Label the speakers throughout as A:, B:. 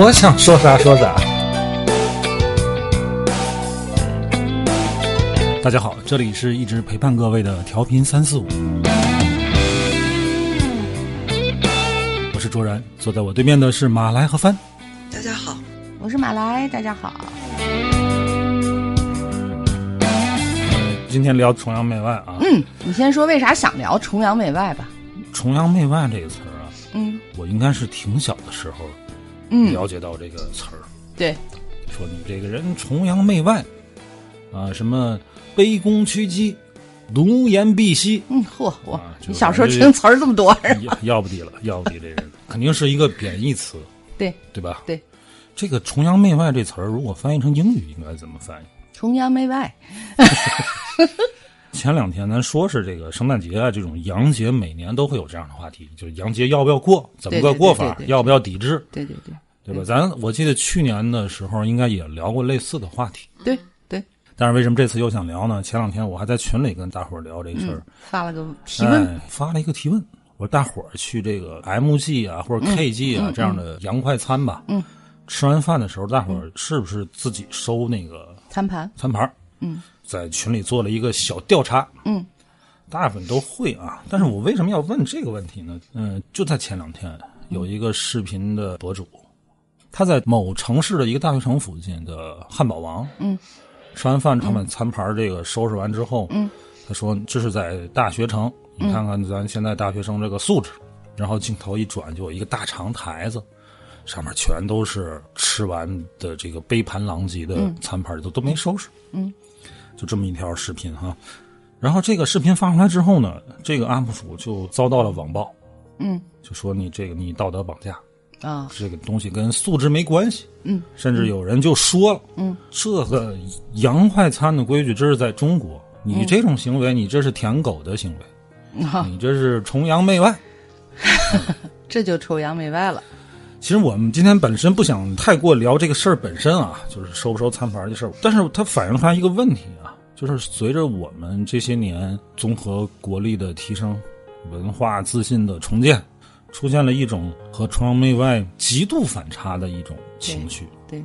A: 我想说啥说啥。大家好，这里是一直陪伴各位的调频三四五，我是卓然，坐在我对面的是马来和帆。
B: 大家好，
C: 我是马来，大家好。
A: 今天聊崇洋媚外啊，
C: 嗯，你先说为啥想聊崇洋媚外吧？
A: 崇洋媚外这个词儿啊，
C: 嗯
A: 我应该是挺小的时候
C: 嗯，
A: 了解到这个词儿。
C: 对，
A: 说你这个人崇洋媚外，啊，什么卑躬屈膝、奴颜婢膝，
C: 嗯，嚯嚯
A: 啊，就
C: 你小时候听词儿这么多，
A: 要要不得了，要不得这人， 肯定是一个贬义词，
C: 对，
A: 对吧？
C: 对，
A: 这个崇洋媚外这词儿，如果翻译成英语，应该怎么翻译？
C: 崇洋媚外，
A: 前两天咱说是这个圣诞节啊，这种洋节每年都会有这样的话题，就是洋节要不要过，怎么个
C: 对对对
A: 过法，
C: 对对对
A: 要不要抵制，
C: 对对对
A: 对吧？咱我记得去年的时候应该也聊过类似的话题，
C: 对对，
A: 但是为什么这次又想聊呢？前两天我还在群里跟大伙儿聊这事儿，
C: 发了个嗯提问，
A: 哎、发了一个提问，我说大伙儿去这个 MG 啊或者
C: 嗯
A: KG 啊、这样的洋快餐吧，嗯，吃完饭的时候，大伙儿
C: 嗯
A: 是不是自己收那个
C: 餐盘，
A: 餐盘？嗯，在群里做了一个小调查，
C: 嗯，
A: 大部分都会啊。但是我为什么要问这个问题呢？嗯、就在前两天有一个视频的博主，他在某城市的一个大学城附近的汉堡王，嗯，吃完饭他们餐盘这个收拾完之后，嗯，他说这是在大学城，你看看咱现在大学生这个素质。然后镜头一转，就有一个大长台子，上面全都是吃完的这个杯盘狼藉的
C: 嗯
A: 餐盘，都都没收拾。嗯，就这么一条视频哈。然后这个视频发出来之后呢，这个 UP 主就遭到了网暴，
C: 嗯
A: 就说你这个你道德绑架，
C: 啊，
A: 这个东西跟素质没关系。
C: 嗯，
A: 甚至有人就说了，
C: 嗯，
A: 这个洋快餐的规矩这是在中国，你这种行为，你这是舔狗的行为，
C: 嗯啊
A: 你这是崇洋媚外。
C: 这就崇洋媚外了。
A: 其实我们今天本身不想太过聊这个事儿本身啊，就是收不收餐盘这事儿，但是它反映出来一个问题啊，就是随着我们这些年综合国力的提升、文化自信的重建，出现了一种和崇洋媚外极度反差的一种情绪，
C: 对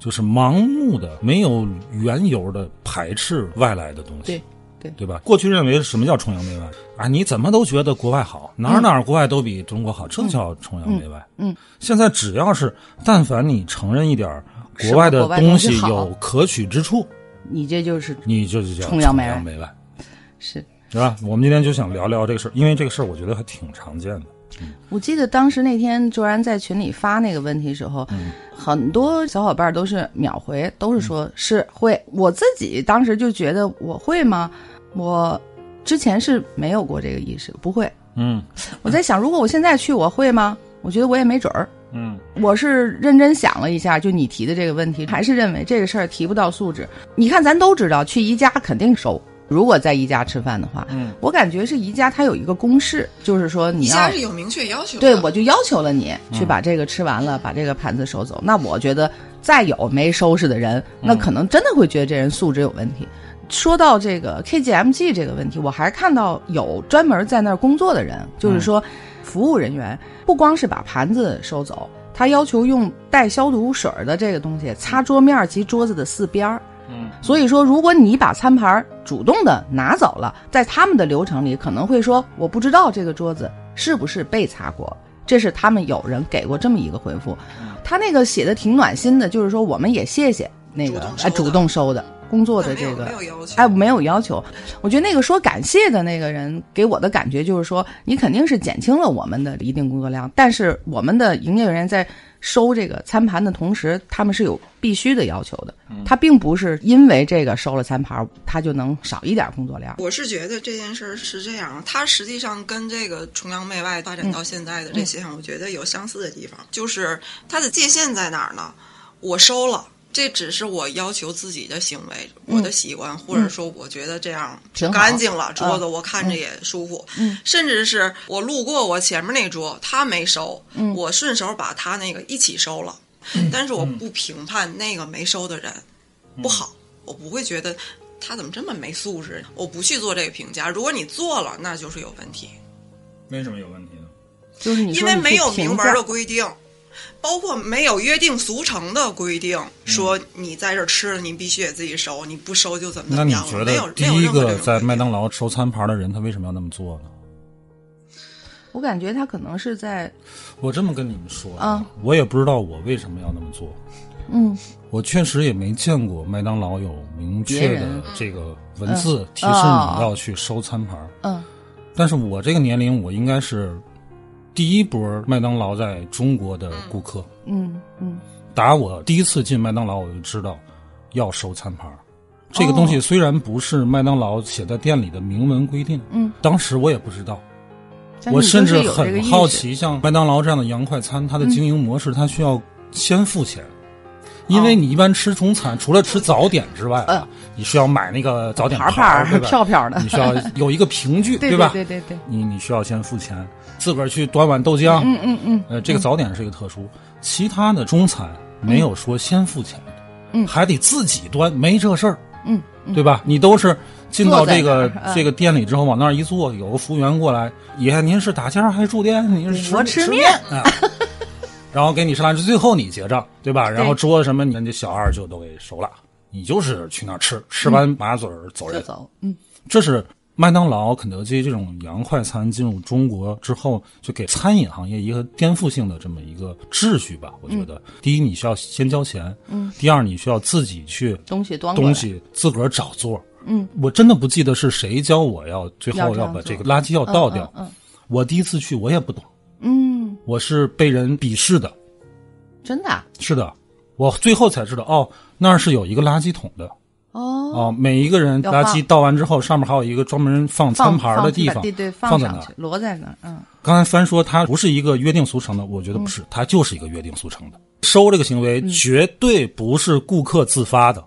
A: 就是盲目的、没有缘由的排斥外来的东西。
C: 对对
A: 对吧？过去认为什么叫崇洋媚外啊？你怎么都觉得国外好，哪儿哪儿国外都比中国好，这叫崇洋媚外。
C: 嗯嗯
A: 现在只要是但凡你承认一点儿国外的
C: 什么国外
A: 东
C: 东
A: 西
C: 西好
A: 有可取之处，
C: 你这就是
A: 你这就叫
C: 崇
A: 洋
C: 洋媚外
A: 媚外，
C: 是。
A: 对吧？我们今天就想聊聊这个事儿，因为这个事儿我觉得还挺常见的。
C: 我记得当时那天卓然在群里发那个问题时候，
A: 嗯
C: 很多小伙伴都是秒回，都是说
A: 嗯
C: 是会。我自己当时就觉得我会吗？我之前是没有过这个意识，不会。
A: 嗯
C: 我在想，如果我现在去，我会吗？我觉得我也没准儿。
A: 嗯，
C: 我是认真想了一下，就你提的这个问题，还是认为这个事儿提不到素质。你看，咱都知道去宜家肯定收。如果在宜家吃饭的话，
A: 嗯，
C: 我感觉是宜家它有一个公式，就是说你
B: 一
C: 要
B: 家是有明确要求的。
C: 对，我就要求了你去把这个吃完了，把这个盘子收走。那我觉得再有没收拾的人，那可能真的会觉得这人素质有问题。说到这个 KGMG 这个问题，我还看到有专门在那儿工作的人，就是说服务人员不光是把盘子收走，他要求用带消毒水儿的这个东西擦桌面儿及桌子的四边儿。
A: 嗯，
C: 所以说，如果你把餐盘儿主动的拿走了，在他们的流程里可能会说我不知道这个桌子是不是被擦过，这是他们有人给过这么一个回复。
B: 嗯
C: 他那个写的挺暖心的，就是说我们也谢谢那个
B: 主动收的
C: 哎主动收的工作的
B: 没有
C: 这个
B: 没有要求。
C: 哎，没有要求。我觉得那个说感谢的那个人给我的感觉就是说，你肯定是减轻了我们的一定工作量，但是我们的营业人员在收这个餐盘的同时，他们是有必须的要求的。
A: 嗯
C: 他并不是因为这个收了餐盘，他就能少一点工作量。
A: 嗯
B: 我是觉得这件事儿是这样，它实际上跟这个崇洋媚外发展到现在的这些，
C: 嗯
B: 我觉得有相似的地方，就是它的界限在哪儿呢？我收了，这只是我要求自己的行为，我的习惯，或者说我觉得这样
C: 嗯挺好
B: 干净了，桌子
C: 嗯
B: 我看着也舒服。甚至是我路过我前面那桌，他没收，
C: 嗯
B: 我顺手把他那个一起收了。但是我
C: 嗯
B: 不评判那个没收的人不好，我不会觉得他怎么这么没素质，我不去做这个评价。如果你做了，那就是有问题，
A: 为什么有问题呢？
C: 就是你
B: 因
C: 说
B: 为
C: 你
B: 没
C: 去
B: 有明
C: 评
B: 文
C: 价
B: 的，规定。包括没有约定俗成的规定，
C: 嗯
B: 说你在这儿吃了，你必须得自己收，你不收就怎么
A: 那
B: 怎么
A: 你
B: 样
A: 觉
B: 了。没有
A: 得第
B: 没有
A: 一
B: 任何这
A: 个
B: 种
A: 在
B: 规
A: 麦
B: 定
A: 当劳收餐盘的人，他为什么要那么做呢？
C: 我感觉他可能是在
A: 我这么跟你们说
C: 啊，
A: 我也不知道我为什么要那么做。
C: 嗯
A: 我确实也没见过麦当劳有明确
C: 别
A: 的
C: 人嗯
A: 这个文字提示
C: 哦
A: 你要去收餐盘儿。
C: 嗯
A: 但是我这个年龄，我应该是第一波麦当劳在中国的顾客。
C: 嗯嗯，
A: 打我第一次进麦当劳，我就知道要收餐盘儿。这个东
C: 哦
A: 西虽然不是麦当劳写在店里的明文规定，
C: 嗯，
A: 当时我也不知道，
C: 但
A: 我
C: 是你
A: 甚
C: 就是
A: 至
C: 有这个
A: 很
C: 意
A: 好
C: 识，
A: 奇，像麦当劳这样的洋快餐，它的经营模式，它需要先付
C: 嗯
A: 钱，因为你一般吃中餐，除了吃早点之外啊
C: 哦嗯，
A: 你是要买那个早点
C: 牌儿
A: 牌儿
C: 牌儿
A: 对吧
C: 票票的
A: 你需要有一个凭据，
C: 对
A: 吧？
C: 对对对，
A: 你你需要先付钱，自个儿去端碗豆浆。
C: 嗯嗯嗯，嗯
A: 呃，这个早点是一个特殊，其他的中餐没有说先付钱的，嗯，还得自己端，没这事儿，
C: 嗯，
A: 对吧？你都是进到
C: 坐在
A: 这个
C: 那儿嗯
A: 这个店里之后，往那儿一坐，有个服务员过来，爷，您是打尖儿还是住店？ 您是
C: 我
A: 吃
C: 吃
A: 面啊？ 然后给你上来，最后你结账，对吧？然后桌什么，你这小二就都给收了，你就是去那儿吃，吃完把嘴儿走
C: 这
A: 人。
C: 走，嗯
A: 这是麦当劳、肯德基这种洋快餐进入中国之后，就给餐饮行业一个颠覆性的这么一个秩序吧。我觉得，
C: 嗯
A: 第一你需要先交钱，嗯，第二你需要自己去
C: 东西端过来
A: 东西自个儿找座，
C: 嗯，
A: 我真的不记得是谁教我要最
C: 要
A: 后
C: 这
A: 要
C: 样
A: 把
C: 做
A: 这个垃圾要哦倒掉。
C: 嗯嗯
A: 我第一次去我也不懂，
C: 嗯，
A: 我是被人鄙视的。
C: 真的啊
A: 是的，我最后才知道哦，那儿是有一个垃圾桶的。
C: 哦，
A: 哦，每一个人
C: 要
A: 垃
C: 放
A: 圾倒完之后，上面还有一个专门放嗯餐
C: 放
A: 盘儿的
C: 放
A: 地
C: 把
A: 方，
C: 对对，
A: 放在
C: 上
A: 那
C: 去
A: 儿。
C: 摞在那儿，嗯，
A: 刚才帆说它不是一个约定俗成的，我觉得不是，它就是一个约定俗成的。收这个行为绝对不是顾客自发的，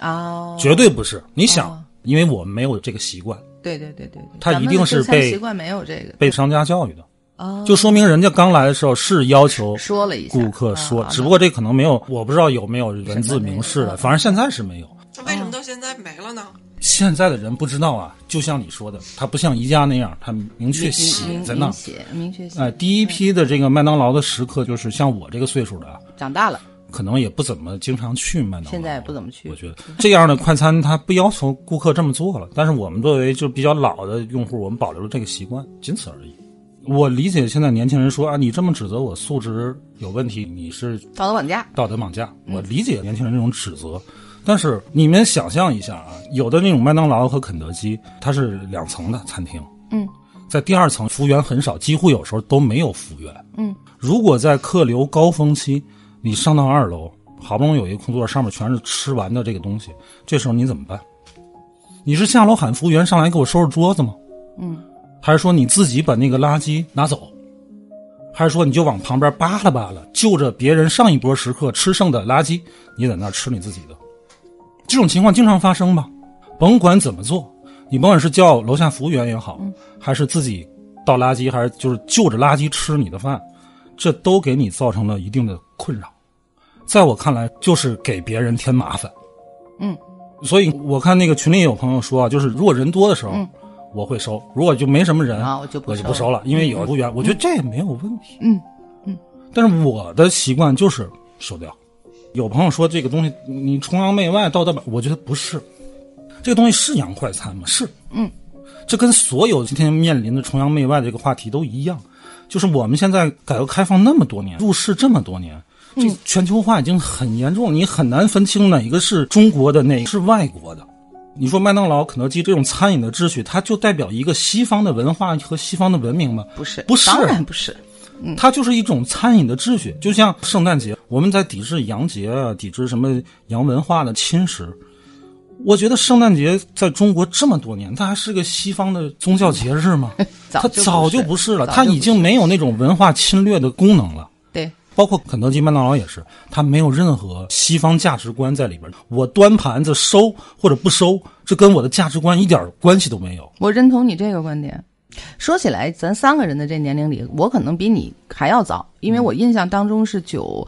C: 嗯哦，
A: 绝对不是。你想，
C: 哦
A: 因为我们没有这个习惯，
C: 对对对对对，
A: 他
C: 咱
A: 一
C: 们
A: 定
C: 的
A: 是
C: 就餐
A: 被
C: 习惯没有这个
A: 被商家教育的，
C: 哦，
A: 就说明人家刚来的时候是要求
C: 说了一下
A: 顾客
C: 啊
A: 说，
C: 啊
A: 只不过这可能没有，我不知道有没有文字明示
C: 什么没
A: 的，
C: 有
A: 反正现在是没有。
B: 那为什
C: 哦
B: 么到现在没了呢？
A: 现在的人不知道啊，就像你说的，他不像宜家那样，他明确写
C: 明
A: 在那
C: 明
A: 儿。
C: 写明确写
A: 哎，，第一批的这个麦当劳的食客，就是像我这个岁数的啊，
C: 长大了，
A: 可能也不怎么经常去麦当劳，
C: 现在也不怎么去
A: 我觉得这样的快餐，它不要求顾客这么做了，但是我们作为就比较老的用户，我们保留了这个习惯，仅此而已。我理解现在年轻人说啊，你这么指责我素质有问题，你是
C: 道德绑架，
A: 道德绑架。
C: 嗯
A: 我理解年轻人这种指责，但是你们想象一下啊，有的那种麦当劳和肯德基，它是两层的餐厅，
C: 嗯，
A: 在第二层服务员很少，几乎有时候都没有服务员，
C: 嗯，
A: 如果在客流高峰期，你上到二楼，好不容易有一个空座，上面全是吃完的这个东西，这时候你怎么办？你是下楼喊服务员上来给我收拾桌子吗？
C: 嗯，
A: 还是说你自己把那个垃圾拿走？还是说你就往旁边扒拉扒拉，就着别人上一波食客吃剩的垃圾，你在那儿吃你自己的？这种情况经常发生吧？甭管怎么做，你甭管是叫楼下服务员也好，还是自己倒垃圾，还是就是就着垃圾吃你的饭，这都给你造成了一定的困扰。在我看来，就是给别人添麻烦。
C: 嗯，
A: 所以我看那个群里有朋友说啊，就是如果人多的时候，我会收；如果就没什么人
C: 嗯啊我就不
A: 我就不
C: 收
A: 收了，因为有服务员，我觉得这也没有问题。
C: 嗯
A: 嗯，但是我的习惯就是收掉。有朋友说这个东西你崇洋媚外、道德板，我觉得不是。这个东西是洋快餐吗？是，嗯，这跟所有今天面临的崇洋媚外的这个话题都一样，就是我们现在改革开放那么多年，入世这么多年，这全球化已经很严重了，你很难分清哪个是中国的，哪个是外国的。你说麦当劳、肯德基这种餐饮的秩序，它就代表一个西方的文化和西方的文明吗？
C: 不是，
A: 不是，
C: 当然不是，
A: 它就是一种餐饮的秩序，就像圣诞节，我们在抵制洋节啊，抵制什么洋文化的侵蚀。我觉得圣诞节在中国这么多年，它还是个西方的宗教节日吗？
C: 早
A: 它
C: 就不
A: 早就是不是了，
C: 早
A: 它
C: 就
A: 已
C: 不
A: 经没有那种文化侵略的功能了。
C: 对，
A: 包括肯德基、麦当劳也是，它没有任何西方价值观在里边。我端盘子收或者不收，这跟我的价值观一点关系都没有。
C: 我认同你这个观点。说起来，咱三个人的这年龄里，我可能比你还要早，
A: 嗯
C: 因为我印象当中是九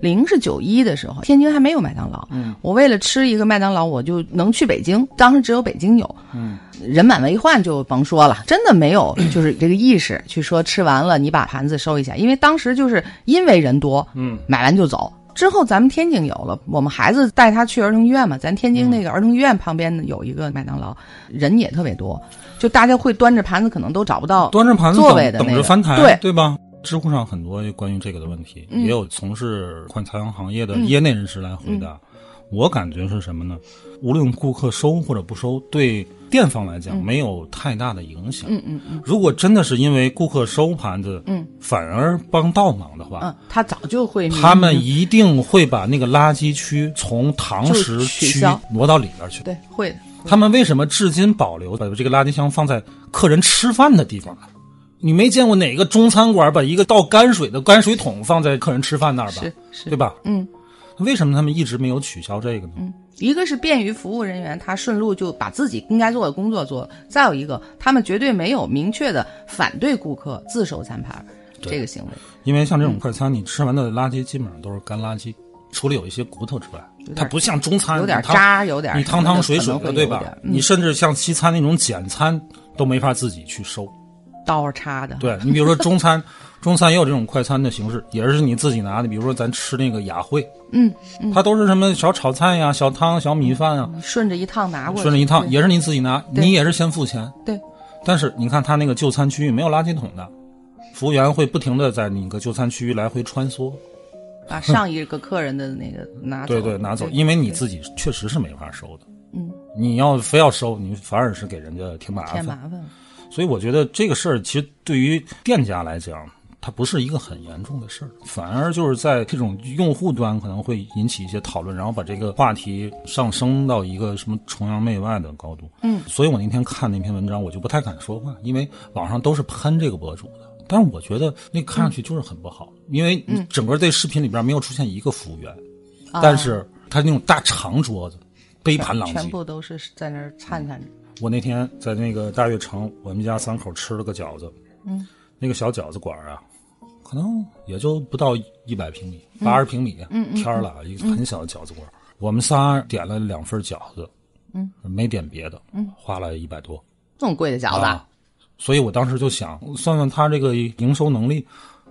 C: 零是九一的时候，天津还没有麦当劳。嗯，我为了吃一个麦当劳，我就能去北京，当时只有北京有。嗯，人满为患就甭说了，真的没有就是这个意识去说吃完了你把盘子收一下，因为当时就是因为人多，嗯，买完就走。之后咱们天津有了，我们孩子带他去儿童医院嘛，咱天津那个儿童医院旁边有一个麦当劳，人也特别多，就大家会端着盘子，可能都找不到
A: 端着盘子
C: 座
A: 等
C: 位的那
A: 等着
C: 个
A: 翻台，
C: 对，嗯
A: 吧？知乎上很多关于这个的问题，也有从事快餐行业的业内人士来回答。我感觉是什么呢？无论顾客收或者不收，对店方来
C: 嗯
A: 讲没有太大的影响。嗯嗯嗯。如果真的是因为顾客收盘子，嗯，反而帮倒忙的话，
C: 嗯，他早就会明
A: 他们一定会把那个垃圾区从堂食
C: 就取
A: 区
C: 消
A: 挪到里边去。
C: 对会的，
A: 他们为什么至今保留把这个垃圾箱放在客人吃饭的地方呢？你没见过哪个中餐馆把一个倒泔水的泔水桶放在客人吃饭那儿吧？
C: 是是
A: 对吧？
C: 嗯，
A: 为什么他们一直没有取消这个呢？
C: 一个是便于服务人员，他顺路就把自己应该做的工作做了；再有一个，他们绝对没有明确的反对顾客自收餐盘儿
A: 对
C: 这个行为，
A: 因为像这种快餐，你吃完的垃圾基本上都是干垃圾，除了有一些骨头之外，它不像中餐
C: 有点
A: 啊你汤
C: 渣有点
A: 你汤汤水水
C: 可能
A: 的，
C: 会
A: 对
C: 有
A: 吧
C: 点？嗯
A: 你甚至像西餐那种简餐都没法自己去收。
C: 刀叉的，
A: 对你比如说中餐，中餐也有这种快餐的形式，也是你自己拿的。比如说咱吃那个雅惠，
C: 嗯，
A: 它都是什么小炒菜呀、小汤、小米饭啊，
C: 顺着一趟拿过去，
A: 顺着一趟
C: 对
A: 也是你自己拿，
C: 对
A: 你也是先付钱。
C: 对，
A: 但是你看它那个就餐区域没有垃圾桶的，服务员会不停的在你个就餐区域来回穿梭，
C: 把上一个客人的那个拿走，
A: 对对，拿走，因为你自己确实是没法收的。
C: 嗯，
A: 你要非要收，你反而是给人家添麻
C: 添
A: 烦。
C: 麻烦了。
A: 所以我觉得这个事儿其实对于店家来讲，它不是一个很严重的事儿，反而就是在这种用户端可能会引起一些讨论，然后把这个话题上升到一个什么崇洋媚外的高度。嗯，所以我那天看那篇文章，我就不太敢说话，因为网上都是喷这个博主的。但是我觉得那看上去就是很不好，因为
C: 嗯
A: 整个这视频里边没有出现一个服务员，但是他那种大长桌子，杯盘狼藉，
C: 啊全部都是在那儿颤颤着，
A: 我那天在那个大悦城，我们家三口吃了个饺子。嗯，那个小饺子馆儿啊，可能也就不到一百平米，八十平米，天儿了啊，一个很小的饺子馆儿。我们仨点了两份饺子，嗯，没点别的，嗯，花了一百多
C: 这么贵的饺子，
A: 啊。所以我当时就想算算他这个营收能力，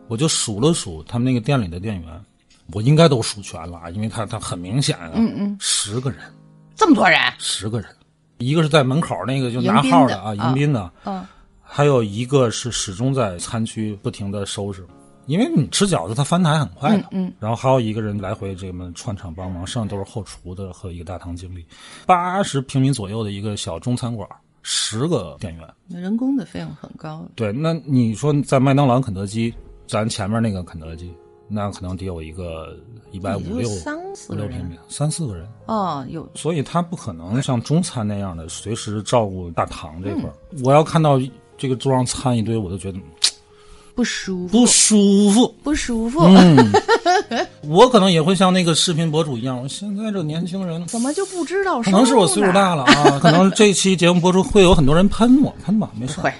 A: 我就数了数他们那个店里的店员，我应该都数全了啊，因为他他很明显啊，嗯嗯，十个人，
C: 这么多人，
A: 十个人，一个是在门口那个就拿号的啊，
C: 迎宾的
A: 迎宾的，
C: 嗯，
A: 还有一个是始终在餐区不停的收拾，因为你吃饺子它翻台很快的，嗯，然后还有一个人来回这么串场帮忙，剩下都是后厨的和一个大堂经理，八十平米左右的一个小中餐馆，十个店员，
C: 人工的费用很高，
A: 对，那你说在麦当劳、肯德基，咱前面那个肯德基，那可能得有一个一百
C: 也
A: 五
C: 就
A: 六
C: 三四
A: 五
C: 个
A: 六
C: 人
A: 平米，三四个人。
C: 哦，有
A: 所以他不可能像中餐那样的随时照顾大堂
C: 嗯
A: 这块儿。我要看到这个桌上餐一堆，我就觉得
C: 不舒服，
A: 不舒嗯服。
C: 不舒服，
A: 我可能也会像那个视频博主一样，我现在这年轻人，
C: 怎么就不知道？
A: 可能是我岁数大了啊，可能这期节目播出会有很多人喷我，喷吧， 没事儿。
C: 会，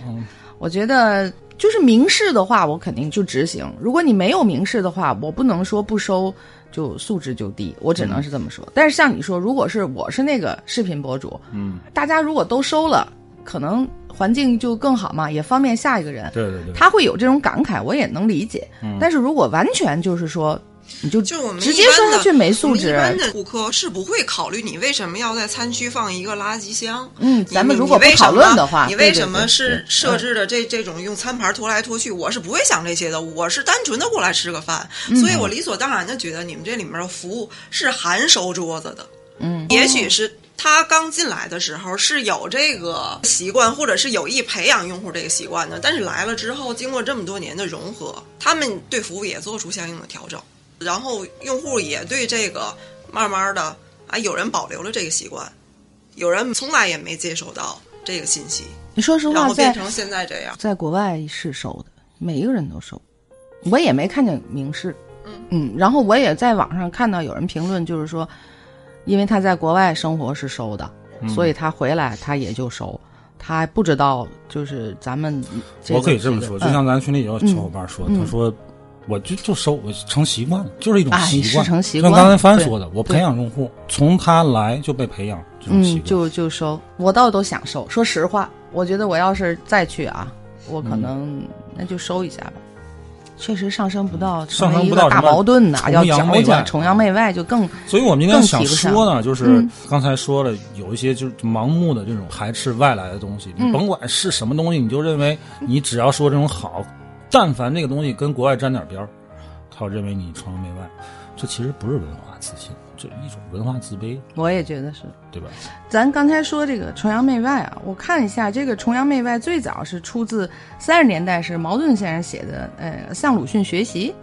C: 我觉得就是明示的话，我肯定就执行；如果你没有明示的话，我不能说不收就素质就低，我只能是这么说。
A: 嗯
C: 但是像你说，如果是我是那个视频博主，嗯，大家如果都收了，可能环境就更好嘛，也方便下一个人。
A: 对对嗯对
C: 他会有这种感慨，我也能理解。但是如果完全就是说，你就
B: 就是我们
C: 直接
B: 一般
C: 说下
B: 的
C: 去没素
B: 我
C: 质，
B: 们一般的顾客是不会考虑你为什么要在餐区放一个垃圾箱。
C: 嗯
B: 你
C: 咱们
B: 你
C: 如果
B: 你为
C: 不讨
B: 什么
C: 论的话
B: 你
C: 对
B: 为
C: 对
B: 什么
C: 对
B: 是
C: 对
B: 设置的这这种用餐盘拖来拖去？我是不会想这些的，我是单纯的过来吃个饭，所以我理所当然的觉得你们这里面的服务是含收桌子的。嗯，也许是。他刚进来的时候是有这个习惯，或者是有意培养用户这个习惯的，但是来了之后，经过这么多年的融合，他们对服务也做出相应的调整，然后用户也对这个慢慢的啊，有人保留了这个习惯，有人从来也没接收到这个信息，
C: 你说实
B: 然
C: 话，
B: 后变
C: 在
B: 成现在这样。
C: 在国外是收的，每一个人都收，我也没看见明示。嗯，然后我也在网上看到有人评论，就是说，因为他在国外生活是收的，
A: 嗯
C: 所以他回来他也就收，他不知道就是咱们这个、
A: 我可以这么说，就像咱群里也有小伙
C: 嗯
A: 伴说，他说我就就收，我成习惯了，就是一种
C: 哎
A: 习
C: 是
A: 惯，
C: 成习
A: 就像
C: 惯
A: 刚才
C: 了
A: 帆
C: 对
A: 说的，我
C: 对
A: 培养用户从他来就被培养这种习
C: 嗯，
A: 惯，
C: 就就收，我倒都想收。说实话，我觉得我要是再去啊，我可能、那就收一下吧。确实上升不到，
A: 嗯上
C: 成
A: 升
C: 为一
A: 不
C: 个
A: 到
C: 大
A: 什么
C: 矛盾呐、
A: 崇
C: 要
A: 洋
C: 矫
A: 媚外啊
C: 情，啊崇洋媚外就更
A: 所以我们今天
C: 更
A: 想
C: 提不上
A: 说呢，就是
C: 嗯
A: 刚才说了，有一些就是盲目的这种排斥外来的东西，
C: 嗯
A: 你甭管是什么东西，你就认为你只要说这种好，但凡这个东西跟国外沾点边儿，他就认为你崇洋媚外，这其实不是文化自信，这是一种文化自卑，
C: 我也觉得是。
A: 对吧？
C: 咱刚才说这个崇洋媚外啊，我看一下，这个崇洋媚外最早是出自三十年代是茅盾先生写的，呃，向鲁迅学习，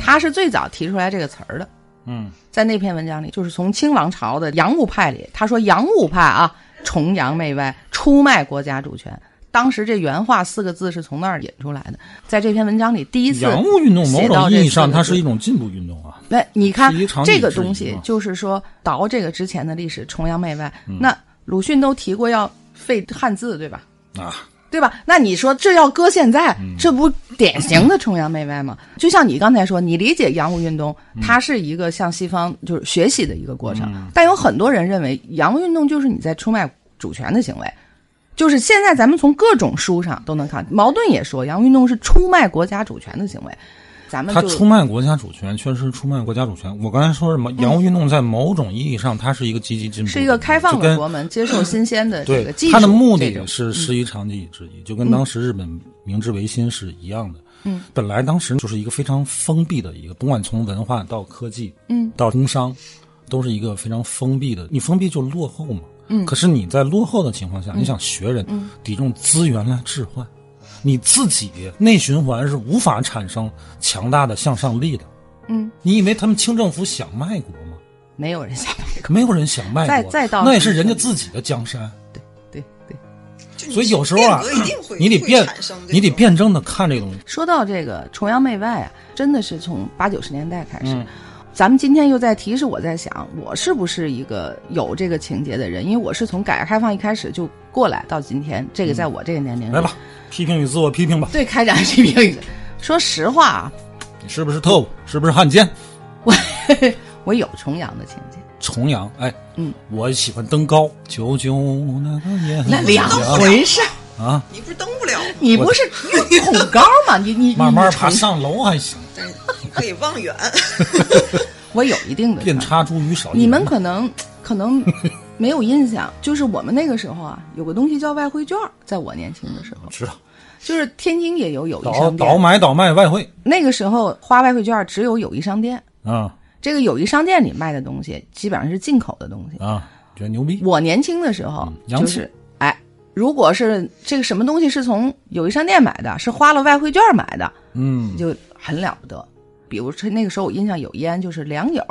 C: 他是最早提出来这个词儿的。
A: 嗯，
C: 在那篇文章里，就是从清王朝的洋务派里，他说洋务派啊，崇洋媚外，出卖国家主权。当时这原话四个字是从那儿引出来的，在这篇文章里第一次
A: 洋嗯务运动某
C: 写到
A: 种
C: 这
A: 意义
C: 四
A: 上，
C: 个
A: 它
C: 字
A: 是一种进步运动啊。
C: 那你看
A: 是一场
C: 这个
A: 理智
C: 东
A: 疑
C: 西
A: 嘛，嗯
C: 就是说倒这个之前的历史，崇洋媚外。那鲁迅都提过要废汉字，对吧？
A: 啊，嗯
C: 对吧？那你说这要搁现在，这不典型的崇洋媚外吗？就像你刚才说，你理解洋务运动，
A: 嗯
C: 它是一个向西方就是学习的一个过程，但有很多人认为洋务运动就是你在出卖主权的行为。就是现在，咱们从各种书上都能看，茅盾也说，洋务运动是出卖国家主权的行为。咱们
A: 他
C: 就
A: 出卖国家主权，确实出卖国家主权。我刚才说什么？洋务运动在某种意义上，它是一个积极进步的运动，
C: 嗯是一个开放
A: 嗯就跟
C: 的国门，接受新鲜的这
A: 对
C: 个技，术。
A: 它的目的
C: 这种嗯
A: 是十一长计之一，就跟当时日本明治维新是一样的。嗯，本来当时就是一个非常封闭的一个，不管从文化到科技，嗯，到工商，都是一个非常封闭的。你封闭就落后嘛。嗯，可是你在落后的情况下，你
C: 嗯
A: 想学人，得用资源来置换，你自己内循环是无法产生强大的向上力的。
C: 嗯，
A: 你以为他们清政府想卖国吗？
C: 没有人想 买，
A: 可没有人想卖
C: 再
A: 国，
C: 再到
A: 那也是
C: 底
A: 人家
C: 层
A: 自己的江山。
C: 对对。
B: 就你
A: 所以有时候啊
B: 变革一定会，
A: 你得
B: 会
A: 辩
B: 产生，这
A: 你得
B: 种
A: 辩证的看这个东西。
C: 说到这个崇洋媚外啊，真的是从八九十年代开始。
A: 嗯
C: 咱们今天又在提示我在想，我是不是一个有这个情节的人？因为我是从改革开放一开始就过来到今天，这个在我这个年龄
A: 嗯来吧，，批评与自我批评吧。
C: 对开展批评。说实话啊，
A: 你是不是特务？是不是汉奸？
C: 我有崇洋的情节。
A: 重阳，哎，
C: 嗯，
A: 我喜欢登高，九九那个夜
C: 那两回事儿，
A: 啊，
B: 你不是登不了吗？
C: 你 不是你恐高吗？你你你
A: 慢慢
C: 你
A: 爬
C: 崇
A: 上楼还行，
B: 但是你可以望远。
C: 我有一定的
A: 遍
C: 崇
A: 插茱萸少一人。啊
C: 你们可能可能没有印象，就是我们那个时候啊，有个东西叫外汇券儿，在我年轻的时候，
A: 知道
C: 就是天津也有友谊
A: 嗯倒
C: 商
A: 啊倒
C: 店，
A: 买倒卖外汇
C: 那个时候花外汇券儿只有友谊商店，
A: 啊
C: 这个友谊商店里卖的东西基本上是进口的东西。
A: 啊，觉得牛逼。
C: 我年轻的时候
A: 嗯洋
C: 就
A: 气
C: 是哎。如果是这个什么东西是从友谊商店买的，是花了外汇券儿买的，
A: 嗯
C: 就很了不得。比如说那个时候我印象有烟，就是良友，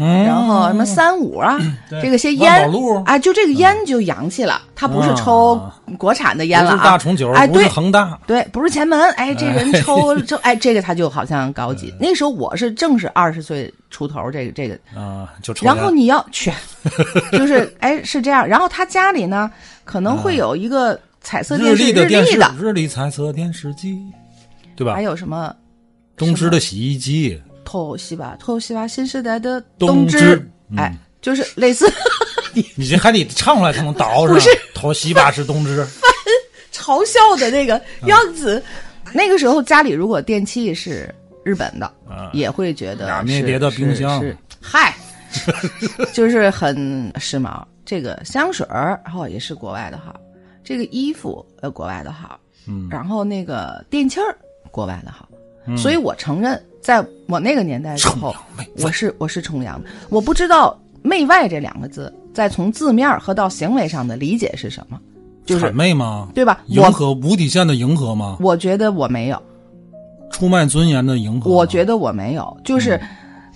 A: 嗯，
C: 然后什么三五啊，
A: 对
C: 这个些
A: 万宝
C: 烟
A: 路啊
C: 啊，就这个烟就洋气了，它不是抽国产的烟
A: 不
C: 了
A: 是
C: 啊，
A: 大重九，
C: 哎，
A: 不是
C: 对
A: 恒大，
C: 对，不是前门，哎，这人 抽抽，哎，这个他就好像高级。
A: 嗯
C: 那时候我是正是二十岁出头，这个这个，
A: 啊，就抽
C: 然后
A: 烟
C: 你要 去，就是哎是这样，然后他家里呢可能会有一个彩色电
A: 嗯日
C: 视，
A: 立
C: 日
A: 电
C: 立
A: 视
C: 的，，
A: 日立彩色电视机，对吧
C: 还？有什么
A: 东芝的洗衣机，
C: 透西吧，透西吧，新时代的
A: 东
C: 芝
A: 芝，嗯
C: 哎，就是类似。
A: 你这还得唱出来才能 倒是吧？头洗把是东芝，
C: 嘲笑的那个
A: 嗯
C: 样子。那个时候家里如果电器是日本的，
A: 啊
C: 也会觉得
A: 俩
C: 是
A: 灭蝶的冰箱
C: 是是嗨， 就是很时髦。这个香水儿，然后也是国外的好，这个衣服呃国外的好，嗯，然后那个电器儿国外的好，
A: 嗯
C: 所以我承认，在我那个年代之后
A: 崇洋媚，
C: 我是我是崇洋的，我不知道。媚外”这两个字，再从字面儿和到行为上的理解是什么？就是
A: 谄媚吗？
C: 对吧？
A: 迎
C: 我
A: 合无底线的迎合吗？
C: 我觉得我没有，
A: 出卖尊严的迎合吗？
C: 我觉得我没有，就是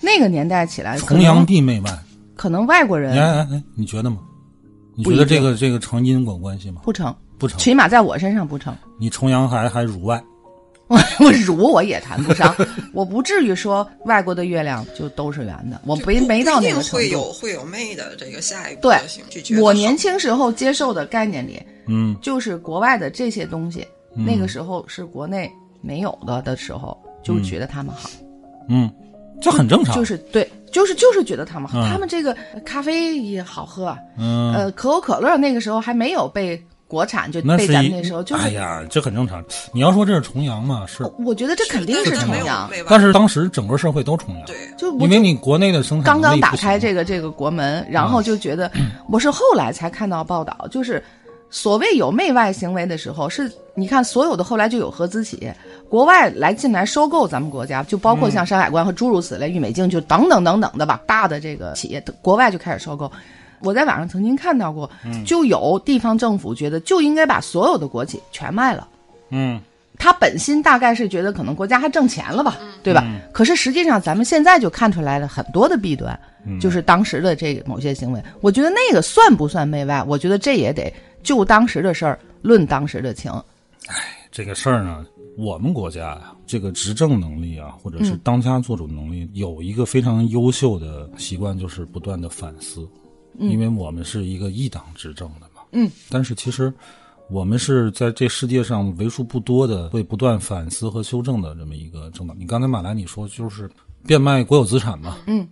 C: 那个年代起来，
A: 嗯
C: 可
A: 崇洋
C: 能
A: 必媚外。
C: 可能外国人
A: 哎哎哎，你觉得吗？你
C: 不
A: 觉得
C: 一定
A: 这个这个成因果关系吗？
C: 不成，
A: 不成。
C: 起码在我身上不成。
A: 你崇洋还还辱外，
C: 我我辱我也谈不上， 我不至于说外国的月亮就都是圆的，我
B: 就
C: 没
B: 不
C: 没 到
B: 不一
C: 那个
B: 定
C: 程
B: 会
C: 度。
B: 有会有媚的这个下一步
C: 对
B: 的行去觉，得
C: 我
B: 好
C: 年轻时候接受的概念里，
A: 嗯，
C: 就是国外的这些东西，
A: 嗯
C: 那个时候是国内没有的的时候，就觉得他们好，
A: 嗯，这很正常。
C: 就是对，就是就是觉得他们好，
A: 嗯
C: 他们这个咖啡也好喝，
A: 嗯，
C: 呃，可口可乐那个时候还没有被国产，就
A: 那
C: 被
A: 是
C: 咱
A: 一
C: 们那时候就是，
A: 哎呀，这很正常。你要说这是崇洋嘛，是，
C: 我觉得这肯定
B: 但
C: 是
B: 是它
C: 崇
B: 没有
C: 洋，
B: 媚外
A: 但是当时整个社会都崇洋，
B: 对，
C: 就我
A: 因
C: 就
A: 为你国内的生产
C: 刚
A: 能
C: 刚
A: 力
C: 打
A: 不行嗯
C: 开这个这个国门，然后就觉得，我是后来才看到报道，就是所谓有媚外行为的时候，是你看所有的后来就有合资企业，国外来进来收购咱们国家，就包括
A: 嗯
C: 像山海关和诸如此类、郁美净，就等等等等的吧，大的这个企业，国外就开始收购。我在网上曾经看到过，
A: 嗯
C: 就有地方政府觉得就应该把所有的国企全卖了。
A: 嗯，
C: 他本心大概是觉得可能国家还挣钱了吧，对
A: 嗯
C: 吧？可是实际上，咱们现在就看出来了很多的弊端，
A: 嗯
C: 就是当时的这个某些行为。我觉得那个算不算媚外？我觉得这也得就当时的事儿论当时的情。
A: 这个事儿呢，我们国家呀，这个执政能力啊，或
C: 嗯
A: 者是当家做主能力，有一个非常优秀的习惯，就是不断的反思，因为我们是一个一党执政的嘛。
C: 嗯，
A: 但是其实我们是在这世界上为数不多的会不断反思和修正的这么一个政党。你刚才马来你说就是变卖国有资产嘛，
C: 嗯，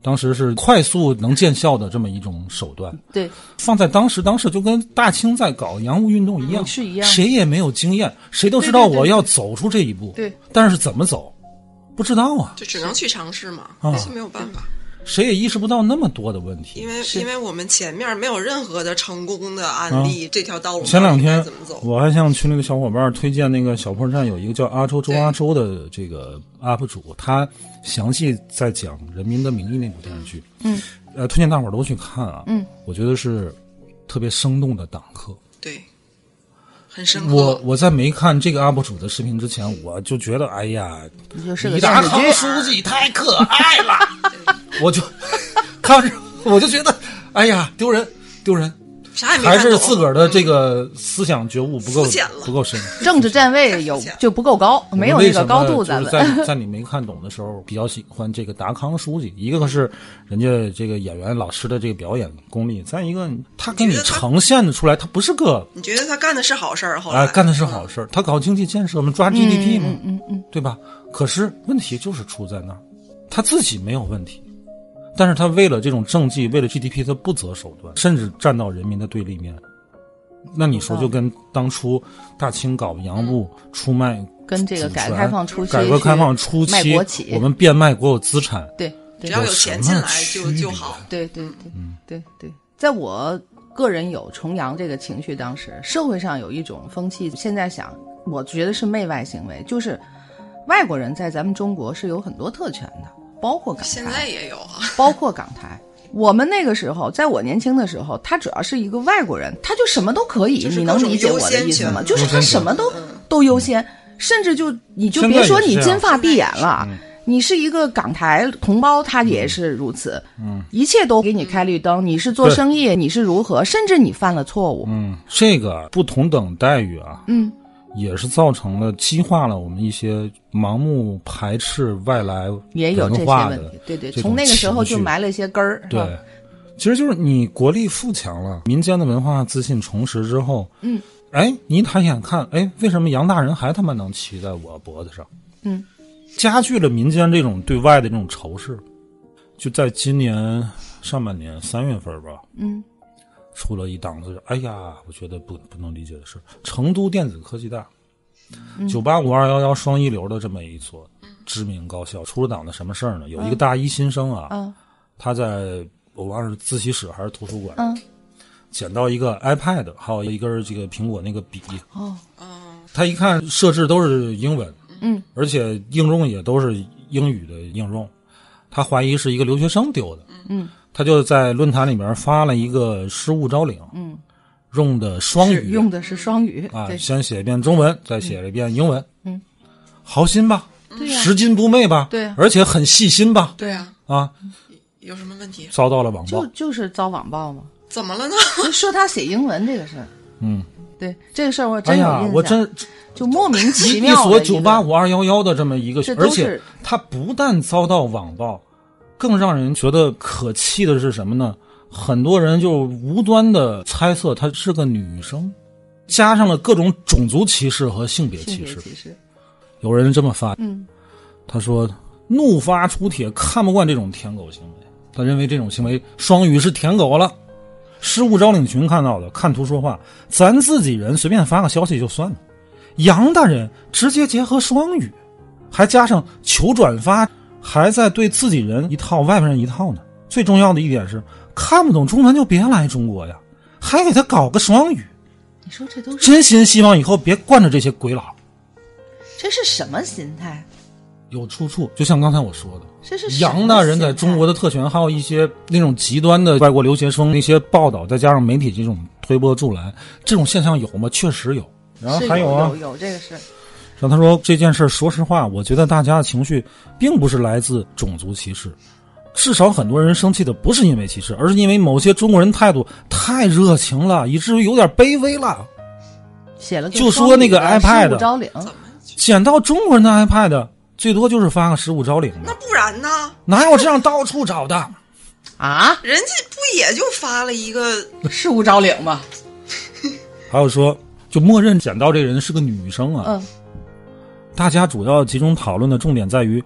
A: 当时是快速能见效的这么一种手段。
C: 对，
A: 放在当时，当时就跟大清在搞洋务运动一样，
C: 嗯是一样
A: 谁也没有经验，谁都知道我要走出这一步，
C: 对对对
A: 但是怎么走，不知道啊，
B: 就只能去尝试嘛，
A: 啊
B: 这没有办法，
A: 谁也意识不到那么多的问
B: 因
A: 题。
B: 为
C: 是
B: 因为我们前面没有任何的成功的案例，这条道路
A: 啊前两
B: 到底
A: 天
B: 该怎么走？
A: 我还向群里的小伙伴推荐那个小破站有一个叫阿周周
B: 对
A: 阿周的这个 UP 主，他详细在讲《人民的名义》那部电视剧，嗯，呃，推荐大伙儿都去看啊，嗯，我觉得是特别生动的党课，
B: 对，很深
A: 我
B: 刻。
A: 我在没看这个 UP 主的视频之前，我就觉得，哎呀，
C: 你就是
A: 李
C: 个
A: 达
C: 电视
A: 康
C: 剧，
A: 书记太可爱 了，我就看着我就觉得，哎呀，丢人丢人，
B: 啥也没
A: 还
B: 看
A: 是
B: 懂，
A: 自个儿的这个思想觉悟不够
B: 肤浅了
A: 不够深，
C: 政治站位有就不够高，没有
A: 我为
C: 那
A: 什
C: 个
A: 么
C: 高度，
A: 就是
C: 咱们。
A: 在在你没看懂的时候，比较喜欢这个达康书记，一个是人家这个演员老师的这个表演功力，再一个他给你
B: 觉得他
A: 呈现的出来，他不是个
B: 你觉得他干的是好事儿？后来、
A: 啊，干的是好事儿，他搞经济建设嘛，抓 GDP 嘛，嗯嗯对吧？可是问题就是出在那儿，他自己没有问题，但是他为了这种政绩，为了 GDP，他不择手段，甚至站到人民的对立面。那你说，就跟当初大清搞洋务、出卖
C: 嗯跟这个
A: 主
C: 改革
A: 权
C: 开放初期
A: 改革开放初
C: 去卖
A: 期
C: 国企，
A: 我们变卖国有资产，
C: 对
B: 只
C: 对
B: 要
A: 有
B: 有
A: 什
B: 钱
A: 么
B: 进来
A: 区
B: 就就
A: 别啊
B: 好。
C: 对对对对对，在我个人有崇洋这个情绪，当时社会上有一种风气，现在想，我觉得是媚外行为，就是外国人在咱们中国是有很多特权的，包括港
B: 现在
C: 台，
B: 也有啊，
C: 包括港台。我们那个时候，在我年轻的时候，他只要是一个外国人，他就什么都可以。
B: 就是
C: 你能理解我的意思吗？
B: 各种优先权嗯
C: 就是他什么都都优先，甚至就你就
A: 现在
C: 别说
A: 也是啊嗯
C: 你
A: 这样
C: 金发碧眼了，你是一个港台同胞，他也是如此。嗯，一切都给你开绿灯。你是做
A: 对
C: 生意，你是如何，甚至你犯了错误，
A: 嗯，这个不同等待遇啊，
C: 嗯，
A: 也是造成了激化了我们一些盲目排斥外来
C: 也有这些
A: 文化
C: 问
A: 的
C: 题。对对，
A: 这种
C: 从那个时候就
A: 情绪
C: 埋了一些根儿。是吧
A: 对，其实就是你国力富强了，民间的文化自信重拾之后，
C: 嗯，
A: 哎，你一抬眼看，哎，为什么杨大人还他妈能骑在我脖子上？
C: 嗯，
A: 加剧了民间这种对外的这种仇视。就在今年上半年三月份吧，
C: 嗯，
A: 出了一档子，哎呀，我觉得不不能理解的事，成都电子科技大，
C: 嗯
A: 九八五二幺幺双一流的这么一所知名高校，出了档子什么事儿呢？有一个大一新生啊，
C: 嗯
A: 他在我忘了是自习室还是图书馆，
C: 嗯
A: 捡到一个 iPad，还有一根儿这个苹果那个笔，
C: 哦
B: 嗯，
A: 他一看设置都是英文，
C: 嗯，
A: 而且应用也都是英语的应用，他怀疑是一个留学生丢的，嗯，
C: 嗯
A: 他就在论坛里边发了一个失物招领，
C: 嗯，
A: 用的双
C: 是
A: 语
C: 用的是双语，
A: 啊，
C: 对
A: 先写一遍中文，再写了一遍英文，
C: 嗯，
A: 好心吧，
C: 对呀
A: 拾金不昧吧，
C: 对呀嗯
A: 而且很细心吧，
B: 对啊，
A: 啊，
B: 有什么问题？
A: 遭到了网暴
C: 就，就是遭网暴嘛。
B: 怎么了呢？
C: 就说他写英文这个事儿，
A: 嗯，
C: 对这个事儿我
A: 哎
C: 真有印
A: 呀
C: 象，，
A: 我真
C: 就莫名其
A: 一
C: 妙的
A: 所
C: 个
A: 九八五二幺幺的这么一个
C: 这，都
A: 而
C: 是
A: 且他不但遭到网暴，更让人觉得可气的是什么呢？很多人就无端的猜测她是个女生，加上了各种种族歧视和性别
C: 性
A: 歧
C: 别
A: 视。
C: 歧视，
A: 有人这么发，
C: 嗯，
A: 他说：“怒发出帖，看不惯这种舔狗行为。他认为这种行为双语是舔狗了。失物招领群看到的，看图说话，咱自己人随便发个消息就算了。杨大人直接结合双语，还加上求转发，还在对自己人一套，外边人一套呢。最重要的一点是，看不懂中文就别来中国呀，还给他搞个双语。
C: 你说这都是
A: 真心希望以后别惯着这些鬼佬。
C: 这是什么心态？
A: 有出处，就像刚才我说的，
C: 这是什么
A: 杨大人在
C: 心态
A: 中国的特权，还有一些那种极端的外国留学生那些报道，再加上媒体这种推波助澜，这种现象有吗？确实有。然后
C: 是
A: 还
C: 有
A: 啊
C: 有，有这个是
A: 然后他说这件事儿，说实话，我觉得大家的情绪并不是来自种族歧视，至少很多人生气的不是因为歧视，而是因为某些中国人态度太热情了，以至于有点卑微 了。
C: 写了个
A: 就说
C: 双语
A: 那个
C: 的
A: iPad
C: 失物招领，
B: 怎么去？
A: 捡到中国人的 iPad，最多就是发个十五招领
B: 那
A: 的，
B: 不然呢？
A: 哪有这样到处找的？
C: 啊，
B: 人家不也就发了一个
C: 事物招领嘛，
A: 还有说，就默认捡到这人是个女生啊。
C: 嗯，
A: 大家主要集中讨论的重点在于，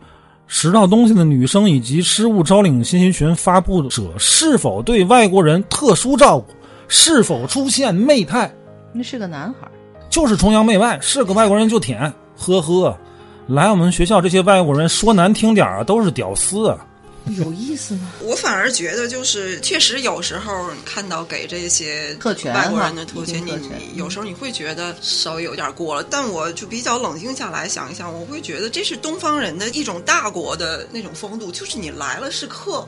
A: 拾到东西的女生以及失物招领信息群发布者是否对外国人特殊照顾，是否出现媚态，
C: 那是个男孩儿，
A: 就是崇洋媚外，是个外国人就舔，呵呵。来我们学校这些外国人说难听点儿啊，都是屌丝啊。
C: 有意思 吗？
B: 我反而觉得，就是确实有时候你看到给这些
C: 特权
B: 外国
C: 哈
B: 人的特
C: 一定
B: 权，你
C: 特权嗯
B: 你有时候你会觉得稍微有点过了。但我就比较冷静下来想一想，我会觉得这是东方人的一种大国的那种风度，就是你来了是客。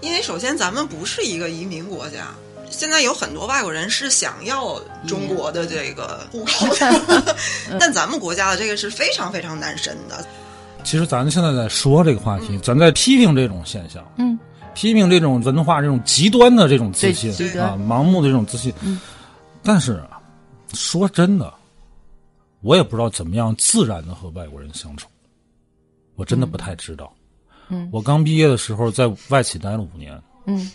B: 因为首先咱们不是一个移民国家，现在有很多外国人是想要中国的这个
C: 嗯
B: 户口 的，但咱们国家的这个是非常非常难申的。
A: 其实咱现在在说这个话题，咱在批评这种现象，
C: 嗯，
A: 批评这种文化这种极端的这种自信
C: 对极端嗯
A: 啊，盲目的这种自信。但是啊说真的，我也不知道怎么样自然的和外国人相处，我真的不太知道。
C: 嗯
A: 我刚毕业的时候在外企待了五年，
C: 嗯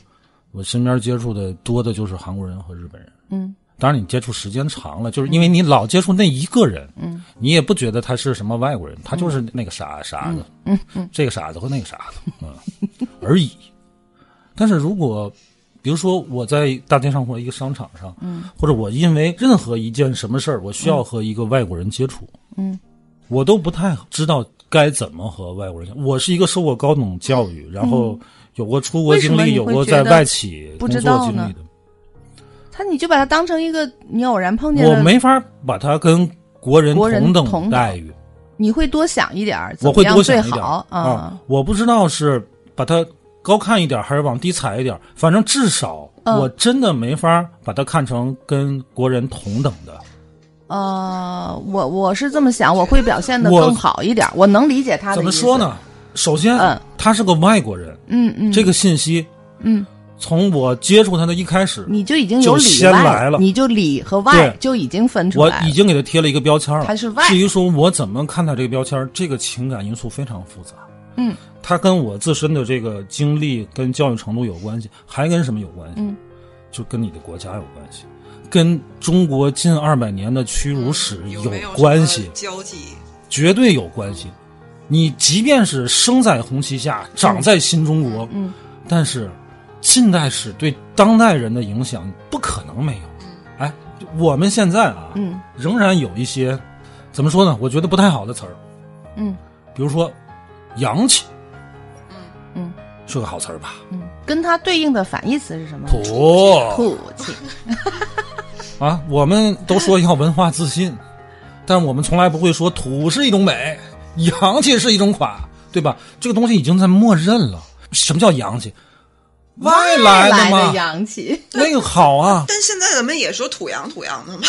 A: 我身边接触的多的就是韩国人和日本人。
C: 嗯，
A: 当然，你接触时间长了，就是因为你老接触那一个人，嗯，你也不觉得他是什么外国人，他就是那个傻傻子，嗯嗯，这个傻子和那个傻子，嗯， 而已。但是如果比如说我在大街上或者一个商场上，嗯，或者我因为任何一件什么事儿，我需要和一个外国人接触，
C: 嗯，
A: 我都不太知道该怎么和外国人相。我是一个受过高等教育，然后有过出国
C: 嗯为什
A: 经
C: 么
A: 历，
C: 你
A: 有
C: 会
A: 过
C: 觉
A: 在
C: 得
A: 外企
C: 不
A: 工
C: 知
A: 作
C: 道
A: 经
C: 呢
A: 历的。
C: 他你就把他当成一个你偶然碰见
A: 我
C: 的，
A: 没法把它跟国人
C: 国人
A: 同等
C: 同等
A: 待遇，
C: 你会多想一点儿，怎
A: 我
C: 么
A: 会
C: 样
A: 多想一
C: 最
A: 点
C: 好
A: 啊
C: 啊，。
A: 我不知道是把它高看一点，还是往低踩一点，反正至少
C: 嗯
A: 我真的没法把它看成跟国人同等的。
C: 呃，我我是这么想，我会表现的
A: 我
C: 更好一点儿，我能理解他的
A: 怎么
C: 意思
A: 说？呢？首先
C: 嗯，
A: 他是个外国人，
C: 嗯嗯，
A: 这个信息，
C: 嗯，
A: 从我接触他的一开始，
C: 你就已经有
A: 就
C: 里
A: 先来
C: 外
A: 了
C: 你就里和外
A: 对
C: 就已经分出
A: 我
C: 来
A: 已
C: 了。
A: 经给他贴了一个标签了。
C: 他是外
A: 至于说我怎么看待这个标签儿，这个情感因素非常复杂。
C: 嗯，
A: 它跟我自身的这个经历跟教育程度有关系，还跟什么有关系？
C: 嗯，
A: 就跟你的国家有关系，跟中国近二百年的屈辱史
B: 嗯有没有
A: 关系，
B: 什么交际？
A: 绝对有关系。你即便是生在红旗下，长在新中国，
C: 嗯
A: 但是近代史对当代人的影响不可能没有。哎，我们现在啊，
C: 嗯
A: 仍然有一些怎么说呢？我觉得不太好的词儿，
C: 嗯
A: 比如说“洋气
C: 嗯”
A: 是个好词儿吧？
C: 嗯，跟它对应的反义词是什么？
A: 土
C: 土气。
A: 啊，我们都说要文化自信，但我们从来不会说土是一种美，洋气是一种垮，对吧？这个东西已经在默认了。什么叫洋气？外来
C: 外来
A: 嘛
C: 的，洋气，
A: 那个好啊，
B: 但现在咱们也说土洋土洋的嘛，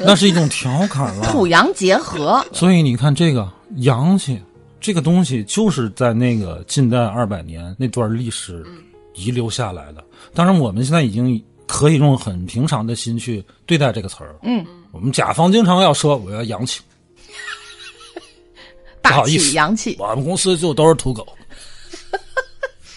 A: 那是一种调侃了。
C: 土洋结合，
A: 所以你看，这个洋气，这个东西就是在那个近代二百年那段历史
C: 嗯
A: 遗留下来的。当然，我们现在已经可以用很平常的心去对待这个词儿。
C: 嗯，
A: 我们甲方经常要说我要洋 气，不
C: 大
A: 好意
C: 气
A: 思
C: 洋气，
A: 我们公司就都是土狗。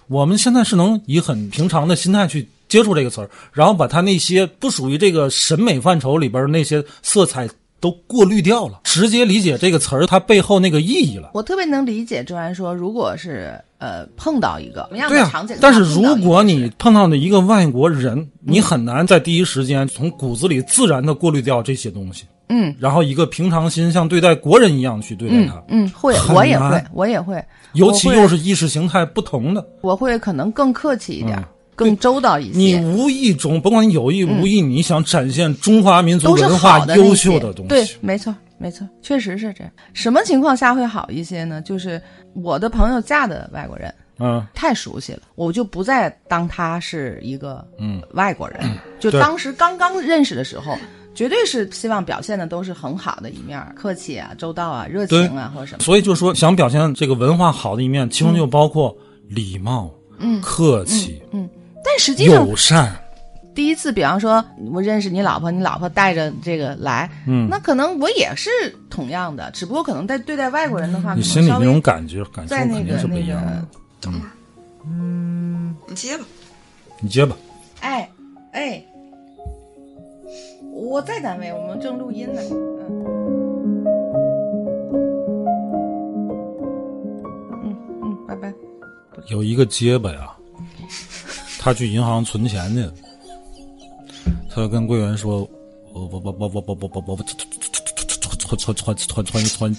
A: 我们现在是能以很平常的心态去接触这个词儿，然后把它那些不属于这个审美范畴里边儿那些色彩都过滤掉了，直接理解这个词儿它背后那个意义了。
C: 我特别能理解周安说，如果是呃碰到一个什么样
A: 对
C: 的
A: 啊
C: 场景，，
A: 但是
C: 碰到
A: 如
C: 一个
A: 果你碰到的一个外国
C: 嗯
A: 人，你很难在第一时间从骨子里自然的过滤掉这些东西，
C: 嗯，
A: 然后一个平常心像对待国人一样去对待他，
C: 嗯会
A: 很
C: 我也会
A: 难
C: 我也会，
A: 尤其
C: 我会
A: 又是意识形态不同的，
C: 我会可能更客气一点，
A: 嗯
C: 更周到一
A: 你
C: 些，
A: 无意中，甭管你有意无意，你想展现中华民族
C: 嗯都是
A: 文
C: 好
A: 化
C: 的那
A: 优
C: 些
A: 秀的东
C: 对
A: 西，，
C: 没错，没错，确实是这样。什么情况下会好一些呢？就是我的朋友嫁的外国人
A: 嗯，
C: 太熟悉了，我就不再当他是一个
A: 嗯
C: 外国人，就
A: 对
C: 当时刚刚认识的时候。绝对是希望表现的都是很好的一面儿，客气啊、周到啊、热情啊，或者什么。
A: 所以就说想表现这个文化好的一面，其中就包括礼貌、嗯、客气、
C: 但实际上，
A: 友善，
C: 第一次，比方说我认识你老婆，你老婆带着这个来，嗯，那可能我也是同样的，只不过可能在对待外国人的话，
A: 你
C: 可能
A: 嗯心里
C: 稍
A: 那
C: 微
A: 种感觉感受
C: 在那
A: 肯
C: 个
A: 定是不
C: 那
A: 一样
C: 个
A: 的。，嗯
B: 你接吧。
A: 你接吧。
C: 哎哎，我在单位，我们正录音呢。嗯嗯嗯，拜拜。
A: 有一个结巴呀，他去银行存钱去，他就跟柜员说：“我我我我我我我我我存存存存存存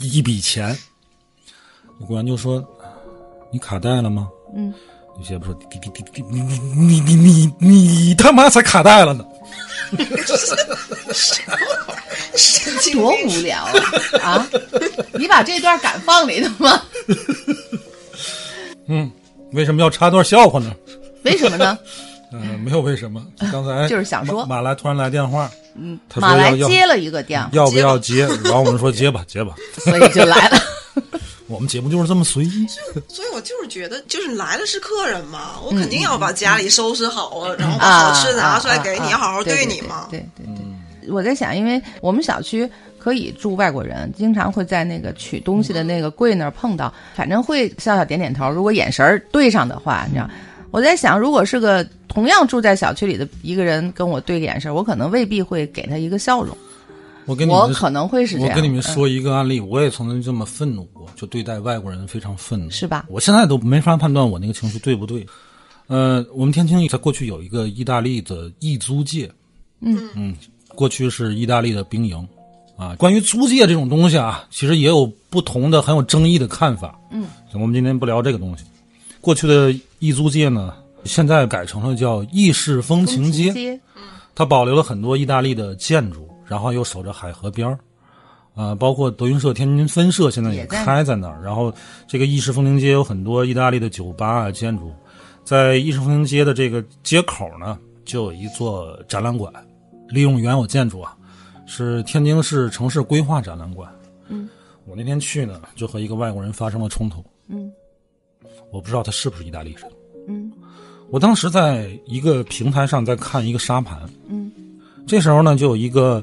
A: 一笔钱。”柜员就说：“你卡带了吗？”
C: 嗯。
A: 有些不说：“你你你你你你你你他妈才卡带了呢
B: 神经
C: 多
B: 病
C: 无聊啊！啊，你把这段敢放里头吗？！”
A: 为什么要插段笑话呢？
C: 为什么呢？
A: 嗯，没有为什么。刚才
C: 就是想说
A: 马马来突然来电话，嗯， 他说
C: 马来
A: 要要
C: 接了一个电话，
A: 要不要接？然后我们说接吧，接吧。
C: 所以就来了。
A: 我们节目就是这么随意。
B: 所以我就是觉得，就是来的是客人嘛，我肯定要把家里收拾好啊，然后把 好吃的拿出来给你，
C: 嗯啊
B: 好好
C: 对
B: 你嘛。
C: 对对对
A: 嗯
C: 对，我在想，因为我们小区可以住外国人，经常会在那个取东
B: 嗯
C: 西的那个柜那儿碰到，反正会笑笑点点头。如果眼神儿对上的话，你知道，
B: 嗯
C: 我在想，如果是个同样住在小区里的一个人跟我对眼神儿，我可能未必会给他一个笑容，
A: 我跟你
C: 我
A: 们，
C: 可能会是这
A: 我
C: 样。
A: 跟你们
C: 嗯，
A: 说一个案例，我也曾经这么愤怒过，就对待外国人非常愤怒，
C: 是吧
A: 我现在都没法判断我那个情绪对不对。呃，我们天津在过去有一个意大利的义租界，嗯嗯，过去是意大利的兵营。啊，关于租界这种东西啊，其实也有不同的很有争议的看法。嗯，我们今天不聊这个东西。过去的义租界呢，现在改成了叫意式风情街。
C: 街
A: 它保留了很多意大利的建筑，然后又守着海河边儿，呃，包括德云社天津分社现在也
C: 也在
A: 开在那儿。然后这个意式风情街有很多意大利的酒吧啊建筑，在意式风情街的这个街口呢，就有一座展览馆，利用原有建筑啊，是天津市城市规划展览馆。嗯，我那天去呢，就和一个外国人发生了冲突。
C: 嗯，
A: 我不知道他是不是意大利人。
C: 嗯，
A: 我当时在一个平台上在看一个沙盘。
C: 嗯，
A: 这时候呢，就有一个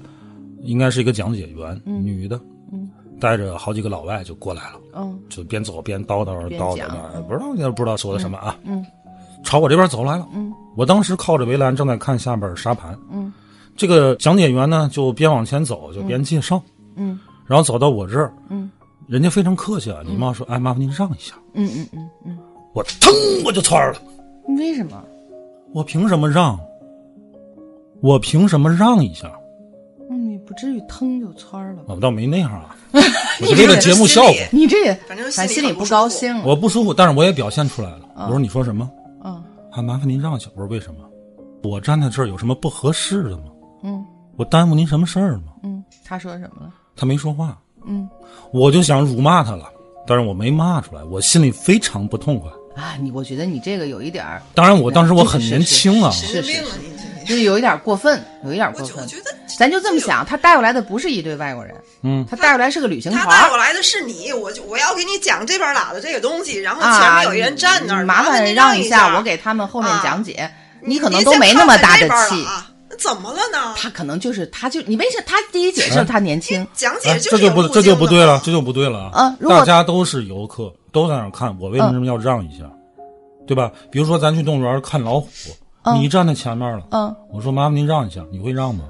A: 应该是一个讲解员，女的，
C: 嗯，
A: 带着好几个老外就过来了，
C: 嗯
A: 就边走边叨叨
C: 边
A: 叨叨
C: 讲
A: 的，不知道也不知道说的什么啊。
C: 嗯，
A: 朝我这边走来了。
C: 嗯，
A: 我当时靠着围栏正在看下边沙盘。
C: 嗯，
A: 这个讲解员呢就边往前走就边介绍，
C: 嗯
A: 然后走到我这儿，
C: 嗯，
A: 人家非常客气啊，礼貌说：“哎，麻烦您让一下。
C: 嗯嗯嗯嗯”
A: 我腾我就窜了。
C: 嗯，为什么？
A: 我凭什么让？我凭什么让一下？
C: 嗯，你不至于腾就窜儿了吧？
A: 我倒没那样啊，我就为了节目效果，
C: 你这也
B: 反正
C: 反
B: 心
C: 心
B: 里
C: 里
B: 很不
C: 不
B: 舒
C: 高
B: 服
C: 兴了。
A: 我不舒服，但是我也表现出来了。我说你说什么？
C: 嗯
A: 还麻烦您让一下。我说为什么？我站在这儿有什么不合适的吗？
C: 嗯
A: 我耽误您什么事儿吗？
C: 嗯，他说什么了？
A: 他没说话，
C: 嗯
A: 我就想辱骂他了，但是我没骂出来，我心里非常不痛快。
C: 啊，你我觉得你这个有一点儿，
A: 当然，我当时我很年轻啊，
B: 神经病啊你这！
C: 就是有一点儿过分，有一点儿
B: 我
C: 过
B: 觉我
C: 分。
B: 觉得
C: 咱就这么，想，他带过来的不是一堆外国人，
A: 嗯，
C: 他带过来是个旅行
B: 他
C: 团
B: 带
C: 儿
B: 我来的是你，我就我要给你讲这边拉的这个东西，然后前
C: 啊，
B: 面有一人站那儿，
C: 你麻
B: 烦
C: 烦
B: 您
C: 让
B: 一
C: 下，我给他们后面
B: 啊
C: 讲解。
B: 你
C: 可能
B: 您
C: 都
B: 先
C: 没那
B: 看
C: 么
B: 看
C: 大
B: 这
C: 的
B: 边了
C: 气，
B: 啊那怎么了呢？
C: 他可能就是他就你为什他第一解释他年 轻，
B: 讲
A: 哎，
B: 解
A: 这
B: 是
A: 就
B: 有
A: 不
B: 路
A: 这就
B: 径
A: 不
B: 的
A: 对
B: 嘛
A: 了，这就不对了
C: 啊如果
A: 大家都是游客，都在那儿看，我为什么要让一下？对吧？比如说咱去动物园看老虎，你站在前面了，
C: 嗯，
A: 我说麻烦您让一下，你会让吗？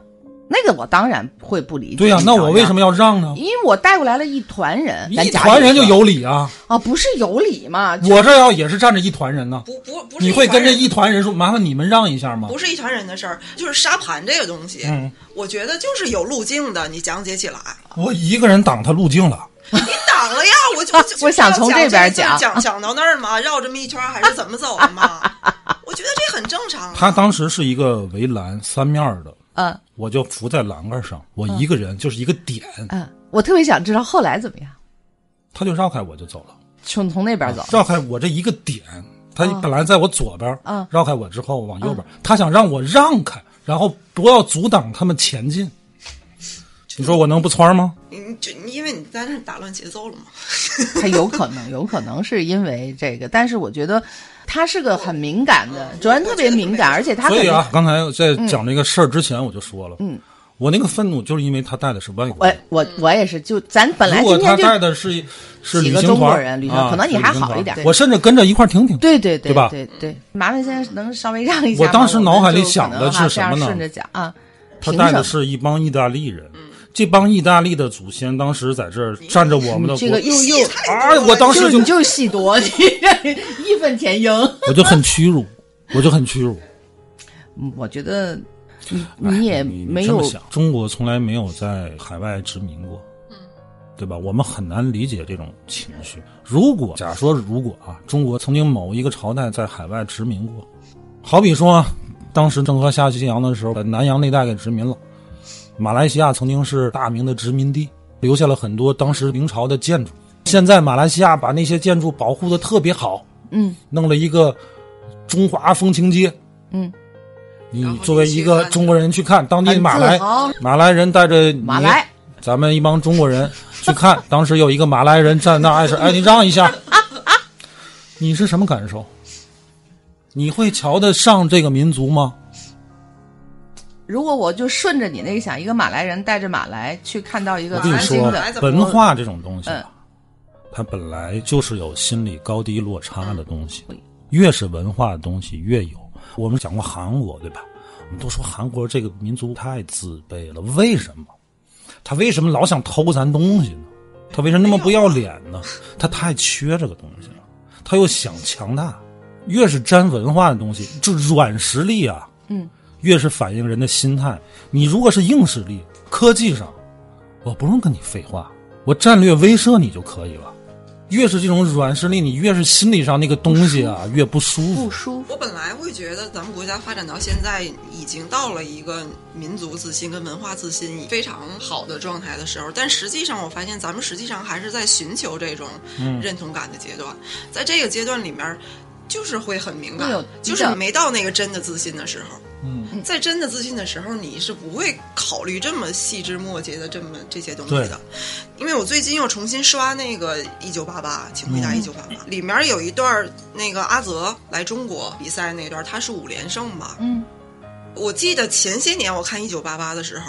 C: 那个我当然会不理解。
A: 对呀、那我为什
C: 么？
A: 么要让呢？
C: 因为我带过来了一团人，咱
A: 一
C: 假
A: 团人
C: 设
A: 就有理啊！
C: 啊，不是有理嘛？就
A: 我这要也是站着一团人呢，
B: 不不不是
A: 你会跟着
B: 团人
A: 一团人说麻烦你们让一下吗
B: 不？是一团人的事儿，就是沙盘这个东西，
A: 嗯
B: 我觉得就是有路径的，你讲解起来，
A: 我一个人挡他路径了，
B: 你挡了呀，我 就就
C: 我想从
B: 这
C: 这边
B: 讲
C: 讲
B: 讲讲到那儿嘛，绕这么一圈还是怎么走的 嘛，我觉得这很正常啊。
A: 他当时是一个围栏三面儿的，
C: 嗯
A: 我就扶在栏杆上，我一个人就是一个点，
C: 嗯，我特别想知道后来怎么样，
A: 他就绕开我就走了。
C: 从从那边走。
A: 绕开我这一个点，他本来在我左边，
C: 嗯
A: 绕开我之后往右边，他想让我让开，然后不要阻挡他们前进。你说我能不窜吗？
B: 你就你因为你在那儿打乱节奏了嘛，
C: 他有可能，有可能是因为这个，但是我觉得他是个很敏感的，卓然特别敏感，而且他
A: 所
C: 肯
A: 以
C: 定，
A: 啊，刚才在讲这个事儿之前，我就说了，嗯，我那个愤怒就是因为他带的是外国
C: 我
A: 人。
C: 我我也是，就咱本来
A: 如果
C: 今天
A: 他
C: 就
A: 带的是是
C: 几
A: 旅
C: 个
A: 行
C: 中国
A: 团，
C: 人旅行
A: 啊
C: 可能你
A: 是旅
C: 还
A: 行
C: 好
A: 团
C: 一点
A: 我甚至跟着一块儿听听。
C: 对对对
A: 对吧
C: 对对，麻烦先生能稍微让一下吗。
A: 我当时
C: 们
A: 脑海里
C: 就可
A: 想的
C: 能哈
A: 是
C: 这样
A: 什么呢
C: 顺着讲啊，
A: 他
C: 凭
A: 带
C: 什
A: 的
C: 么？
A: 是一帮意大利人，这帮意大利的祖先当时在这儿站着我们的国，
C: 你这个又又
A: 哎，我当时
C: 就是你就是戏多，你这义愤填膺。
A: 我就很屈辱，我就很屈辱。
C: 嗯我觉得你你也
A: 哎你
C: 没
A: 这
C: 有
A: 么想，中国从来没有在海外殖民过，
B: 嗯
A: 对吧？我们很难理解这种情绪。如果假说如果啊，中国曾经某一个朝代在海外殖民过，好比说啊当时郑和下西洋的时候，把南洋那带给殖民了，马来西亚曾经是大明的殖民地，留下了很多当时明朝的建筑。现在马来西亚把那些建筑保护的特别好，
C: 嗯，
A: 弄了一个中华风情街，
C: 嗯，
A: 你
B: 然后
A: 作为
B: 你去
A: 一个
B: 看
A: 中国人去看当地
C: 很
A: 马
C: 自
A: 来
C: 豪
A: 马来人带着你
C: 马来，
A: 咱们一帮中国人去 看，当时有一个马来人站那儿碍事，哎，你让一下，你是什么感受？你会瞧得上这个民族吗？
C: 如果我就顺着你那个想，一个马来人带着马来去看到一个
A: 我跟你
C: 南京
A: 说
C: 的，
B: 来，怎么
A: 文化这种东西
C: 嗯
A: 啊，它本来就是有心理高低落差的东西
C: 嗯会，
A: 越是文化的东西越有。我们讲过韩国，对吧？我们都说韩国这个民族太自卑了，为什么？他为什么老想偷咱东西呢？他为什么那么不要脸呢？他太缺这个东西了，他又想强大。越是沾文化的东西，就软实力啊，
C: 嗯，
A: 越是反映人的心态。你如果是硬实力，科技上，我不用跟你废话，我战略威慑你就可以了。越是这种软实力，你越是心理上那个东西啊，越不舒
C: 不
A: 服。
C: 舒服。
B: 我本来会觉得咱们国家发展到现在，已经到了一个民族自信跟文化自信非常好的状态的时候，但实际上我发现咱们实际上还是在寻求这种认同感的阶段，在这个阶段里面，就是会很敏感
C: 会有，
B: 就是
C: 比较
B: 没到那个真的自信的时候。
A: 嗯，
B: 在真的自信的时候，你是不会考虑这么细枝末节的这么这些东西
A: 对
B: 的。因为我最近又重新刷那个《一九八八》，请回答《一九八八》，里面有一段儿那个阿泽来中国比赛那段儿，他是五连胜吧？
C: 嗯，
B: 我记得前些年我看《一九八八》的时候。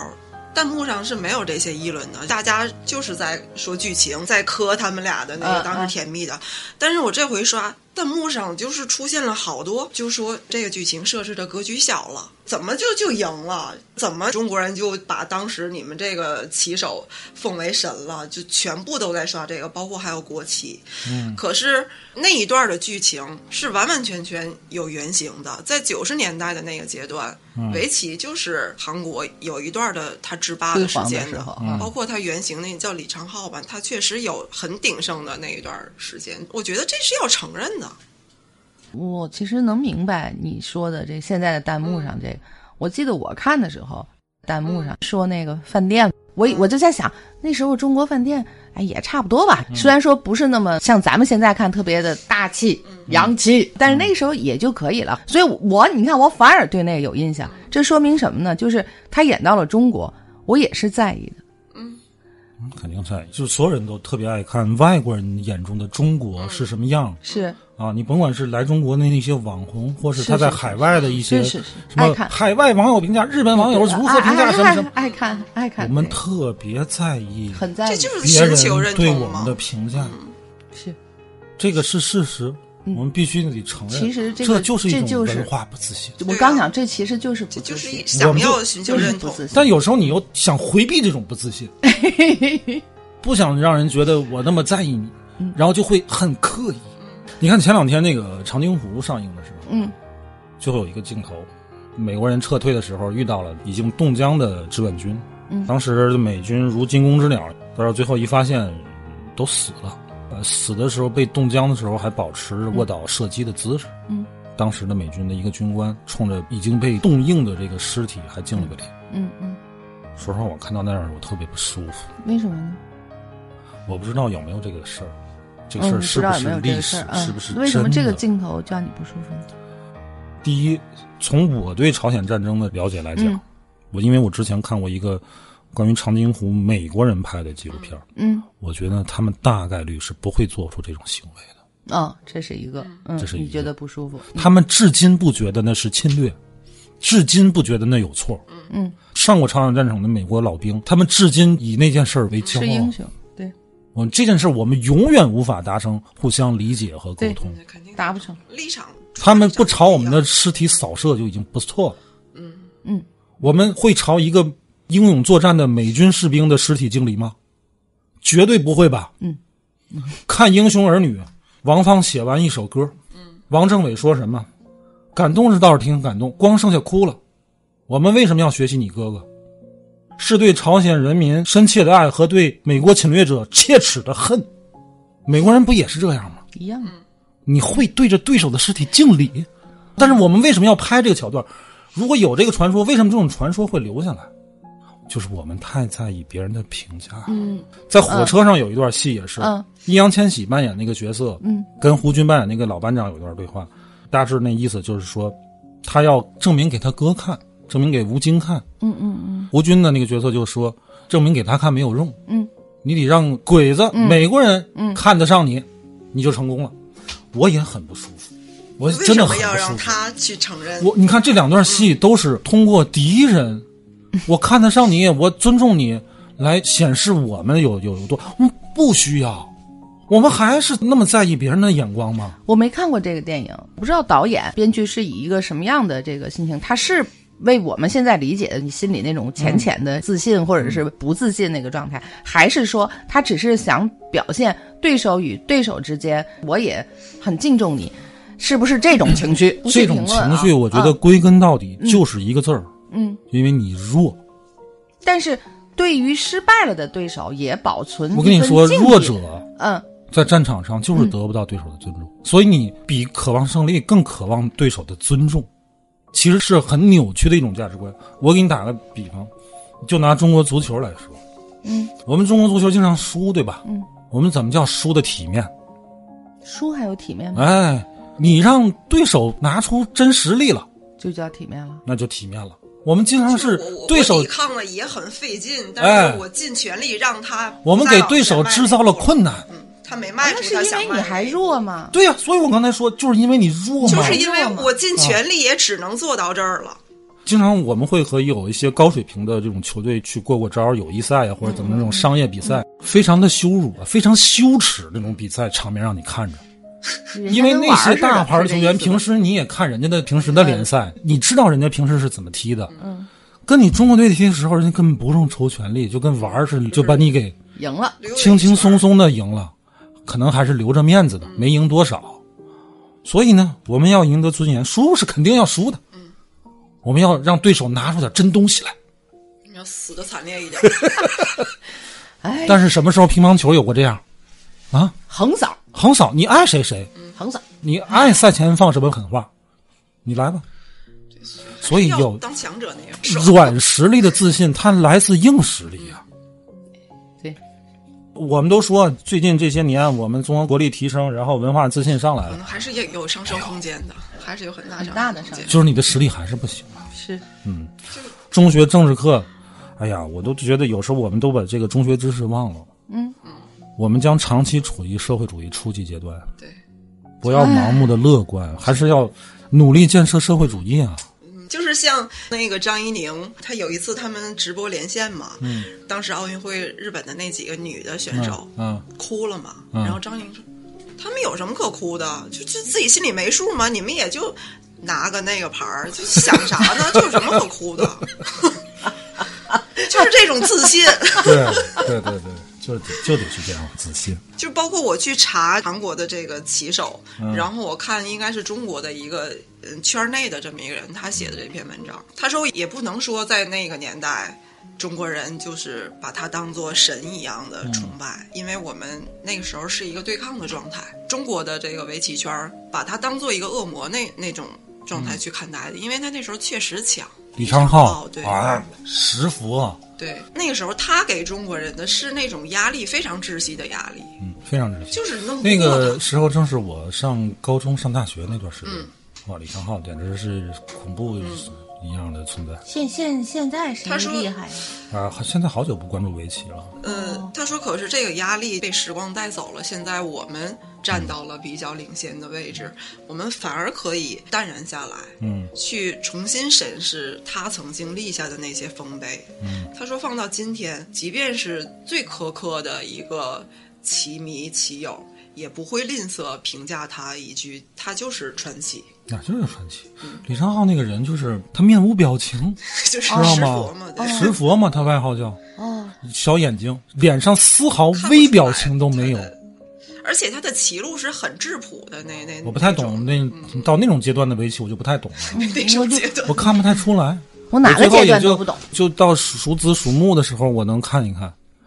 B: 弹幕上是没有这些议论的，大家就是在说剧情，在磕他们俩的那个
C: 嗯
B: 当时甜蜜的。但是我这回刷弹幕上就是出现了好多，就说这个剧情设置的格局小了，怎么就就赢了？怎么中国人就把当时你们这个棋手奉为神了？就全部都在刷这个，包括还有国旗。
A: 嗯，
B: 可是那一段的剧情是完完全全有原型的，在九十年代的那个阶段，
A: 嗯
B: 围棋就是韩国有一段的他制霸
C: 辉
B: 的时
C: 煌的
B: 间
C: 时
B: 的
C: 候，啊，
B: 包括他原型那叫李长浩吧，他确实有很鼎盛的那一段时间，我觉得这是要承认的。
C: 我其实能明白你说的嗯这现在的弹幕上这个。我记得我看的时候，弹幕上说那个饭店，我我就在想，那时候中国饭店，哎，也差不多吧。
A: 嗯
C: 虽然说不是那么像咱们现在看特别的大气、
A: 嗯
C: 洋气，但是那时候也就可以了。所以我，我你看，我反而对那个有印象。
A: 嗯
C: 这说明什么呢？就是他演到了中国，我也是在意的。
A: 嗯肯定在意，就是所有人都特别爱看外国人眼中的中国是什么样
C: 是，
A: 啊！你甭管是来中国的那些网红，或是
C: 是
A: 他在
C: 是
A: 海外的一些
C: 是是是
A: 什么
C: 爱看啊
A: 海外网友评价、日本网友如何评价什么什么，
C: 爱看爱看，
A: 我们特别在意
C: 很嗯在
B: 这
C: 意，
B: 就是
A: 别
B: 寻
A: 人
B: 求认
A: 对
B: 同
A: 我们
B: 嘛
A: 的。评价，
C: 是
A: 这个是事实，我们必须得承认。
C: 嗯其实这
A: 这
C: 个
A: 就是一
C: 这就
A: 种
C: 是
A: 文化不自信。
C: 我刚想，这其实就是不
B: 这就
C: 自
B: 是
C: 信
B: 一，想要寻求
C: 就是
B: 认
C: 不
B: 同，
C: 自信。
A: 但有时候你又想回避这种不自信，不想让人觉得我那么在意你，
C: 嗯
A: 然后就会很刻意。你看前两天那个《长津湖》上映的时候，
C: 嗯，
A: 最后有一个镜头，美国人撤退的时候遇到了已经冻僵的志愿军，
C: 嗯
A: 当时美军如惊弓之鸟，但是最后一发现都死了，呃，死的时候被冻僵的时候还保持着卧倒射击的姿势，
C: 嗯，
A: 当时的美军的一个军官冲着已经被冻硬的这个尸体还敬了个礼。
C: 嗯嗯，
A: 说实话，我看到那样儿我特别不舒服。
C: 为什么呢？
A: 我不知道有没有这个事儿，这个
C: 嗯，
A: 事
C: 不
A: 儿是
C: 知
A: 不是
C: 道有没有这
A: 历
C: 个事
A: 史，
C: 儿？
A: 是不是
C: 嗯，为什么
A: 真
C: 这个
A: 的
C: 镜头就让你不舒服呢？
A: 第一，从我对朝鲜战争的了解来讲，
C: 嗯
A: 我因为我之前看过一个关于长津湖美国人拍的纪录片儿，
C: 嗯，
A: 我觉得他们大概率是不会做出这种行为的。
C: 哦，这是一个，嗯，
A: 这是一
C: 你
A: 个
C: 觉得不舒服？嗯
A: 他们至今不觉得那是侵略，至今不觉得那有错。
C: 嗯，
A: 上过朝鲜战场的美国老兵，他们至今以那件事儿为骄
C: 是英
A: 傲。
C: 雄，对，
A: 我这件事儿我们永远无法达成互相理解和沟
C: 对
A: 通。
B: 那肯定
C: 达不成。
B: 立场。
A: 他们不朝我们的尸体扫射就已经不错了。嗯
C: 嗯，
A: 我们会朝一个英勇作战的美军士兵的尸体敬礼吗？绝对不会吧。
C: 嗯，
A: 看《英雄儿女》，王芳写完一首歌，王政委说什么？感动是倒是挺感动，光剩下哭了。我们为什么要学习你哥哥？是对朝鲜人民深切的爱和对美国侵略者切齿的恨。美国人不也是这样吗？
C: 一样的，
A: 你会对着对手的尸体敬礼。但是我们为什么要拍这个桥段？如果有这个传说，为什么这种传说会留下来？就是我们太在意别人的评价。嗯，在火车上有一段戏也是，
C: 嗯
A: 易烊千玺扮演那个角色，嗯，跟胡军扮演那个老班长有一段对话，大致那意思就是说，他要证明给他哥看，证明给吴京看。
C: 嗯嗯嗯，
A: 胡军的那个角色就说，证明给他看没有用，
C: 嗯，
A: 你得让鬼子、美国人看得上你，你就成功了。我也很不舒服，我
B: 为
A: 真
B: 什
A: 的
B: 么
A: 很
B: 要
A: 不舒
B: 让
A: 服。
B: 他去承认？
A: 我你看这两段戏都是通过敌人，我看得上你，我尊重你，来显示我们有有有多，我们不需要，我们还是那么在意别人的眼光吗？
C: 我没看过这个电影，不知道导演、编剧是以一个什么样的这个心情，他是。为我们现在理解的你心里那种浅浅的自信或者是不自信那个状态，还是说他只是想表现对手与对手之间，我也很敬重你，是不是这种情绪？不
A: 这
C: 是
A: 种
C: 评论啊
A: 情绪，我觉得
C: 嗯
A: 归根到底就是一个字儿，
C: 嗯，
A: 因为你弱。
C: 但是对于失败了的对手也保存
A: 我跟你
C: 一份
A: 说，
C: 敬意
A: 弱者，
C: 嗯，
A: 在战场上就是
B: 嗯
A: 得不到对手的尊重，所以你比渴望胜利更渴望对手的尊重，其实是很扭曲的一种价值观。我给你打个比方，就拿中国足球来说，
C: 嗯，
A: 我们中国足球经常输，对吧？嗯，我们怎么叫输的体面？
C: 输还有体
B: 嗯
C: 面吗？
A: 哎，你让对手拿出真实力了，
C: 就叫体面了。
A: 那就体面了。我们经常是
B: 我我
A: 对手
B: 我抵，抗了也很费劲，
A: 哎
B: 但是我尽全力让他。
A: 我们给对手制造了困难。
B: 嗯，他没迈
C: 那
B: 出
C: 是
B: 他
C: 因
B: 想
C: 为
B: 迈
C: 你
B: 出
C: 还
B: 那一步
C: 弱嘛？
A: 对呀、所以我刚才说，就是因为你弱嘛，
B: 就是因为
C: 弱嘛
B: 我尽
A: 啊
B: 全力也只能做到这儿了。
A: 经常我们会和有一些高水平的这种球队去过过招，友谊赛呀，啊或者怎么那种商业比赛，非常的羞辱啊，非常羞耻那种比赛场面让你看着，因为那些大牌球员平
C: 时
A: 时你也看人家的平时的联赛，你知道人家平时是怎么踢的，嗯，跟你中国队踢的时候，人家根本不用筹全力，就跟玩儿似的，就把你给
C: 赢了，
B: 溜了一
A: 轻轻
B: 圈儿
A: 松，松的赢了，可能还是留着面子
B: 嗯
A: 的，没赢多少。所以呢，我们要赢得尊严，输是肯定要输的。
B: 嗯
A: 我们要让对手拿出点真东西来。
B: 你要死 的惨烈一点。
C: 哎，
A: 但是什么时候乒乓球有过这样？啊，
C: 横扫
A: 横扫，你爱谁谁，
B: 嗯
C: 横扫，
A: 你爱赛前放什么狠话，你来吧。所以
B: 要
A: 有
B: 当强者那个
A: 嗯
B: 手，
A: 软实力的自信，它来自硬实力啊。我们都说最近这些年我们中国国力提升，然后文化自信上来
B: 可
A: 了，
B: 能还是也有上升空间的，还是有很大上
C: 很大的
B: 升空间。
A: 就是你的实力还是不行。
C: 是
A: 中学政治课，哎呀，我都觉得有时候我们都把这个中学知识忘了。
C: 嗯，
A: 我们将长期处于社会主义初级阶段，
B: 对，
A: 不要盲目的乐观，还是要努力建设社会主义啊。
B: 嗯就是像那个张怡宁，她有一次他们直播连线嘛，
A: 嗯
B: 当时奥运会日本的那几个女的选手
A: 嗯，嗯
B: 哭了嘛，
A: 嗯
B: 然后张怡宁说，他们有什么可哭的？就就自己心里没数吗？你们也就拿个那个牌儿，就想啥呢？就有什么可哭的？ 就是这种自信。
A: 对对对对，就得就得是这样自信。
B: 就包括我去查韩国的这个棋手，
A: 嗯
B: 然后我看应该是中国的一个嗯圈内的这么一个人，他写的这篇文章，他说也不能说在那个年代。中国人就是把他当做神一样的
A: 嗯
B: 崇拜，因为我们那个时候是一个对抗的状态。中国的这个围棋圈儿把他当做一个恶魔那那种状
A: 嗯
B: 态去看待的，因为他那时候确实强。
A: 李昌镐
B: 哦对
A: 啊，石佛，
B: 对，那个时候他给中国人的是那种压力，非常窒息的压力，
A: 嗯，非常之
B: 就是弄不
A: 那
B: 过他
A: 个时候正是我上高中、上大学那段时间，
B: 嗯
A: 哇，李昌镐简直是恐怖一样的存在
D: 现现现在谁
B: 他说
D: 厉害呀？
A: 啊！现在好久不关注围棋了，
B: 嗯，他说：“可是这个压力被时光带走了，现在我们站到了比较领先的位置，我们反而可以淡然下来，
A: 嗯
B: 去重新审视他曾经立下的那些丰碑。
A: 嗯
B: 他说，放到今天，即便是最苛刻的一个棋迷棋友，也不会吝啬评价他一句：‘他就是传奇
A: 那、啊就是传奇。李昌镐那个人就是他面无表情，’，
B: 就
A: 知
B: 是
A: 道
B: 石佛嘛
A: 吗，？
B: 对
A: 石佛嘛，他外号叫
D: 哦，
A: 小眼睛，脸上丝毫
B: 看不出来
A: 微表情都没有
B: 他。的而且他的棋路是很质朴的，那那
A: 我不太
B: 那种
A: 懂那到那种阶段的围棋，我就不太懂了，
B: 那种阶段
A: 我。看不太出来。
D: 我哪
A: 我
D: 个
A: 最后
D: 阶
A: 也
D: 段
A: 就
D: 都不懂。
A: 就到数子数木的时候，我能看一看；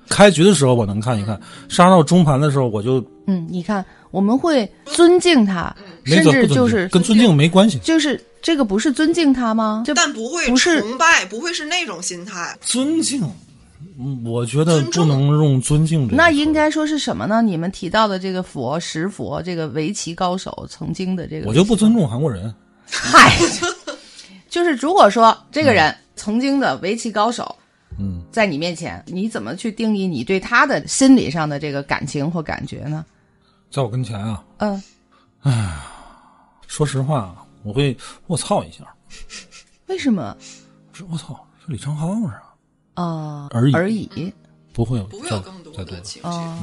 A: 开局的时候我能看一看；杀到中盘的时候，我就
C: 嗯，你看我们会尊敬他，
B: 嗯
A: 没
C: 甚
A: 准
C: 至
A: 不
C: 就
A: 尊
C: 是
A: 敬，跟尊敬没关系。
C: 就是这个不是尊敬他吗？这
B: 但不会
C: 不是
B: 崇拜，不会是那种心态。
A: 尊敬，嗯我觉得
B: 尊
A: 不
B: 重
A: 能用尊敬这个。
C: 那应该说是什么呢？你们提到的这个佛石佛，这个围棋高手曾经的这个，
A: 我就不尊重韩国人。
C: 嗨， 就是如果说这个人曾经的围棋高手，
A: 嗯，
C: 在你面前，你怎么去定义你对他的心理上的这个感情或感觉呢？
A: 在我跟前啊，
C: 嗯，
A: 说实话，啊我会我操一下，
C: 为什么
A: 我说我操，是李昌镐啊，
C: 啊？
A: 而已嗯
C: 而已
A: 不会有
B: 不会
A: 再
B: 有更多
A: 再
B: 的情绪。
C: 啊，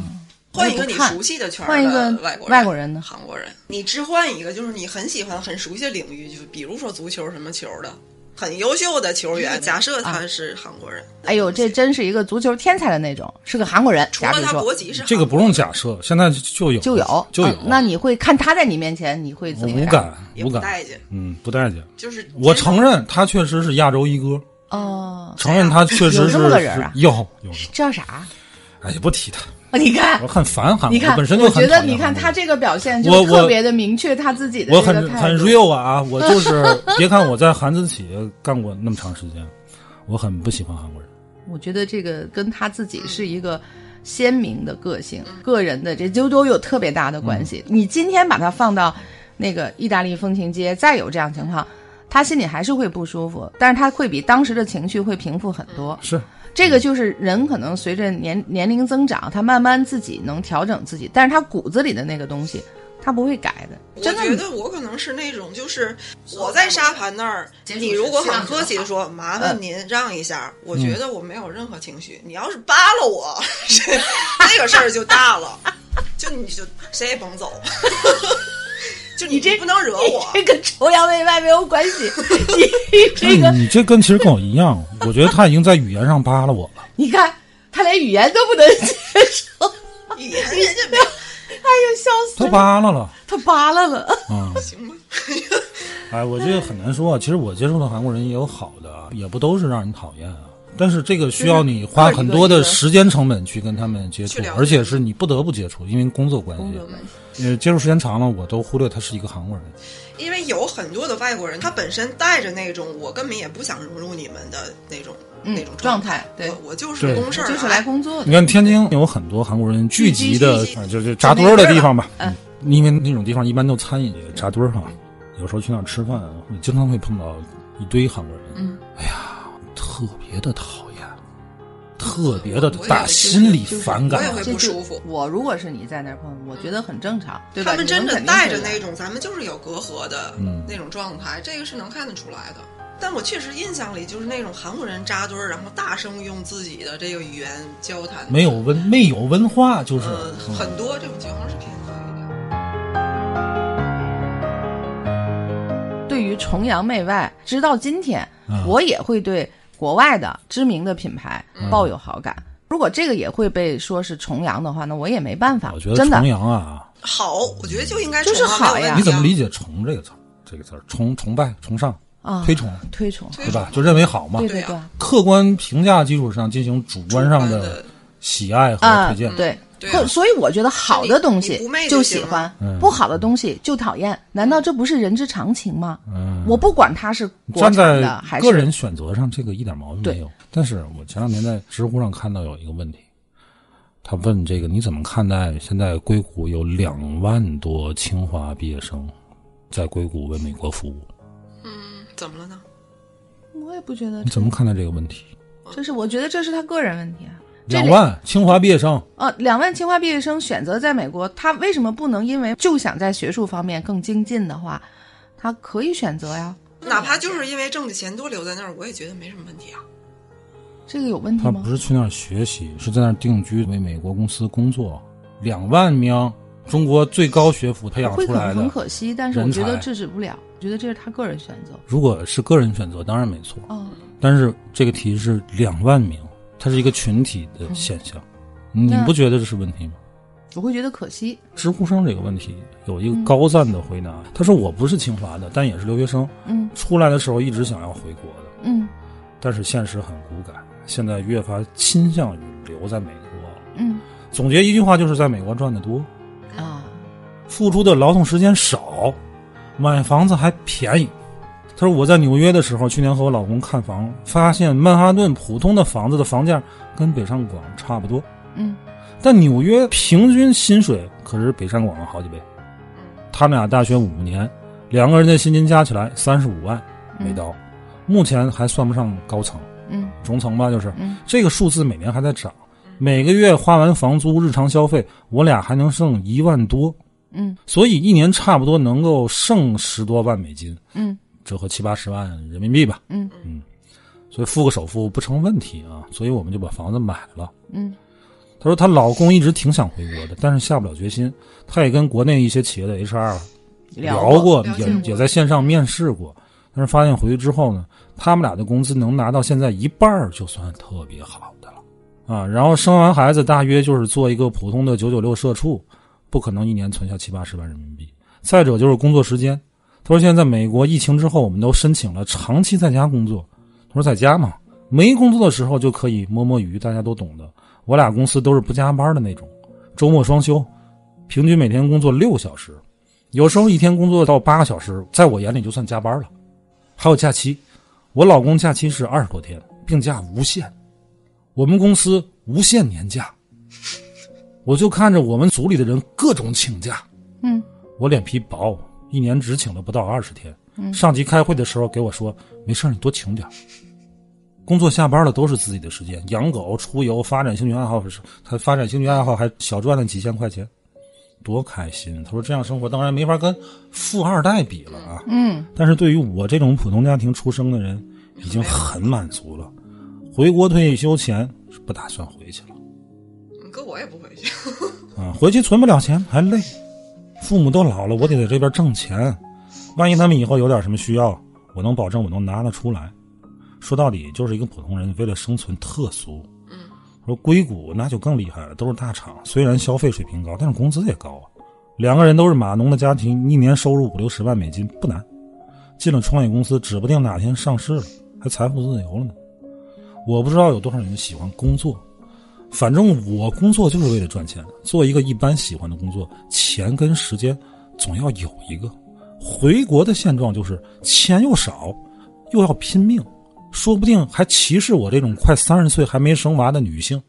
B: 换一个你
C: 我不看
B: 熟悉的圈儿
C: 换一个
B: 的外国
C: 外国人呢
B: 韩国人，你置换一个就是你很喜欢、很熟悉的领域，就比如说足球什么球的，很优秀的球员，假设他是韩国人，
C: 啊哎呦，这真是一个足球天才的那种，是个韩国人。
B: 除
C: 假
B: 了
C: 比
B: 他
C: 说
B: 国籍是
A: 这个不用假设，现在就有
C: 就有
A: 就有
C: 嗯。那你会看他在你面前，你会
A: 我
C: 怎么
A: 无
C: 感？
A: 感
B: 也
A: 无
B: 不
A: 感，
B: 待见，
A: 嗯，不待见。
B: 就是
A: 我
B: 真
A: 承认他确实是亚洲一哥，
C: 哦，
A: 承认他确实
C: 有
A: 是
C: 这么个人啊
A: 有有，
C: 叫啥？
A: 哎，也不提他，
C: 啊你看
A: 我，很烦韩国，
C: 你看，
A: 我本身就
C: 我
A: 很讨
C: 觉
A: 厌
C: 得
A: 韩国
C: 你看他这个表现
A: 我
C: 就
A: 我
C: 特别的明确他自己的
A: 我
C: 这个
A: 很
C: 态
A: 很
C: 度。
A: real 啊，我就是 别看我在韩资企业干过那么长时间，我很不喜欢韩国人。
C: 我觉得这个跟他自己是
B: 嗯
C: 一个鲜明的个性、个人的这都都有特别大的关系。你今天把他放到那个意大利风情街，再有这样情况，他心里还是会不舒服，但是他会比当时的情绪会平复很多。
B: 嗯
A: 是，
C: 这个就是人可能随着年年龄增长，他慢慢自己能调整自己，但是他骨子里的那个东西，他不会改的。
B: 我
C: 真的
B: 觉，得我可能是那种，就是我在沙盘那儿，你如果很客气的说“麻
C: 嗯
B: 烦您让一下”，我觉得我没有任何情绪。你要是扒拉我，这那个事儿就大了，就你就谁也甭走， 就你这不能惹我。
C: 这跟崇洋媚外没有关系。 你这个，
A: 你这跟其实跟我一样，我觉得他已经在语言上扒拉我了。
C: 你看他连语言都不能接受，
B: 语言人家没有
C: 哎呀，笑死
A: 他
C: 了，
A: 扒拉了
C: 他扒拉了。
A: 啊、
B: 行吗？
A: 啊哎，我这个很难说。其实我接触的韩国人也有好的，也不都是让人讨厌啊。但是这个需要你花很多的时间成本去跟他们接
B: 去
A: 触
B: 了，解
A: 而且是你不得不接触，因为工作关
C: 工作
A: 系。
C: 关系
A: 呃，接触时间长了，我都忽略他是一个韩国人。
B: 因为有很多的外国人，他本身带着那种我根本也不想融入你们的那种、
C: 嗯
B: 那种态
C: 状态，对
B: 我我就
A: 对
B: 是公事儿、啊，
C: 就是来工作
A: 你
C: 的，
A: 看天津有很多韩国人聚集的
B: 聚集，
A: 啊就就扎堆儿的地方吧。
C: 就那
B: 啊
C: 一
A: 嗯，因为那种地方一般都餐饮扎堆儿哈，有时候去那儿吃饭，啊会经常会碰到一堆韩国人。
C: 嗯，
A: 哎呀，特别的讨厌，特别的
B: 我也
A: 打
B: 会
A: 心里
C: 就是
A: 反感
B: 我也。会
C: 这
B: 不
C: 就
B: 舒服
C: 我如果是你在那儿碰，我觉得很正常，对吧？
B: 他们真的
C: 你
B: 带着
C: 肯定
B: 那
C: 会
B: 种咱们就是有隔阂的
A: 嗯
B: 那种状态，这个是能看得出来的。但我确实印象里就是那种韩国人扎堆儿，然后大声用自己的这个语言交谈，
A: 没有文，没有文化，就是、嗯
B: 呃很多这种情况是偏多一点。
C: 来对于崇洋媚外，直到今天，
A: 嗯
C: 我也会对国外的知名的品牌
A: 嗯
C: 抱有好感。如果这个也会被说是崇洋的话，那我也没办法。
A: 我觉得
C: 真的
A: 崇，洋啊，
B: 好，我觉得就应该
C: 就是
B: 崇拜
C: 好
B: 没有
C: 呀
B: 问
A: 你
B: 题
A: 怎么
B: 啊
A: 理解“崇”这个词儿？这个词儿，崇崇拜、崇尚、
C: 啊
A: 推
B: 嗯
A: 崇，
C: 推崇，
B: 对
A: 对吧？就认为好嘛
C: 对。
B: 对
C: 对
B: 啊
A: 客观评价基础上进行主观上
B: 主观
A: 的
B: 的
A: 喜爱和
C: 啊
A: 推荐，，
C: 对。
B: 对啊
C: 或所以我觉得好的东西
B: 你你不媚就
C: 就
B: 行
C: 喜
B: 了嗯
C: 欢
A: 嗯，
C: 不好的东西就讨厌。难道这不是人之常情吗？
A: 嗯，
C: 我不管它是国
A: 站
C: 产
A: 在
C: 的还
A: 个
C: 是
A: 人选择上，这个一点毛病
C: 对
A: 没有。但是我前两天在知乎上看到有一个问题，他问这个你怎么看待现在硅谷有两万多清华毕业生在硅谷为美国服务？
B: 嗯，怎么了呢？
C: 我也不觉得
A: 你怎么看待这个问题？
C: 这是，我觉得这是他个人问题啊。这
A: 两万清华毕业生，
C: 呃，两万清华毕业生选择在美国，他为什么不能因为就想在学术方面更精进的话，他可以选择呀？
B: 哪怕就是因为挣的钱多留在那儿，我也觉得没什么问题啊。
C: 这个有问题
A: 他
C: 吗
A: 不？是去那儿学习，是在那儿定居，为美国公司工作。两万名中国最高学府培养
C: 会
A: 出
C: 可
A: 来
C: 能
A: 的
C: 很，可惜，但是我
A: 人
C: 觉得
A: 才
C: 制止不了，我觉得这是他个人选择。
A: 如果是个人选择，当然没错。
C: 哦，
A: 但是这个题是两万名，它是一个群体的现象，你
C: 那
A: 不觉得这是问题吗？
C: 我会觉得可惜。
A: 知乎上这个问题有一个高赞的回答，他说：“我不是清华的，但也是留学生，
C: 嗯
A: 出来的时候一直想要回国的，
C: 嗯
A: 但是现实很骨感，现在越发倾向于留在美国。
C: 嗯
A: 总结一句话就是，在美国赚的多，
B: 嗯
C: 啊，
A: 付出的劳动时间少，买房子还便宜。他说我在纽约的时候，去年和我老公看房，发现曼哈顿普通的房子的房价跟北上广差不多，
C: 嗯
A: 但纽约平均薪水可是北上广的好几倍。他们俩大学五年，两个人的薪金加起来三十五万每刀，目前还算不上高层，
C: 嗯
A: 中层吧，就是
C: 嗯
A: 这个数字每年还在涨。每个月花完房租、日常消费，我俩还能剩一万多，
C: 嗯
A: 所以一年差不多能够剩十多万美金，
C: 嗯
A: 折合七八十万人民币吧。
C: 嗯
A: 所以付个首付不成问题啊，所以我们就把房子买了。
C: 嗯
A: 她说她老公一直挺想回国的，但是下不了决心。她也跟国内一些企业的 HR
C: 聊
A: 聊过，
B: 了解
A: 也
B: 过
A: 也在线上面试过，但是发现回去之后呢，他们俩的工资能拿到现在一半儿就算特别好的了啊。然后生完孩子，大约就是做一个普通的九九六社畜，不可能一年存下七八十万人民币。再者就是工作时间，他说现在美国疫情之后，我们都申请了长期在家工作。他说在家嘛，没工作的时候就可以摸摸鱼，大家都懂的。我俩公司都是不加班的那种，周末双休，平均每天工作六小时。有时候一天工作到八个小时，在我眼里就算加班了。还有假期，我老公假期是二十多天，病假无限，我们公司无限年假。我就看着我们组里的人各种请假，
C: 嗯
A: 我脸皮薄，一年只请了不到二十天。上级开会的时候给我说，没事儿你多请点儿工作下班了都是自己的时间，养狗、出游、发展兴趣爱好，他发展兴趣爱好还小赚了几千块钱，多开心！他说这样生活当然没法跟富二代比了啊，
C: 嗯
A: 但是对于我这种普通家庭出生的人，已经很满足了。回国退休前是不打算回去了。
B: 嗯哥，我也不回去。
A: 啊，回去存不了钱还累，父母都老了，我得在这边挣钱，万一他们以后有点什么需要，我能保证我能拿得出来。说到底就是一个普通人为了生存特俗。说硅谷那就更厉害了，都是大厂，虽然消费水平高，但是工资也高啊。两个人都是码农的家庭，一年收入五六十万美金不难，进了创业公司，指不定哪天上市了，还财富自由了呢。我不知道有多少人喜欢工作，反正我工作就是为了赚钱，做一个一般喜欢的工作，钱跟时间总要有一个。回国的现状就是钱又少，又要拼命，说不定还歧视我这种快三十岁还没生娃的女性。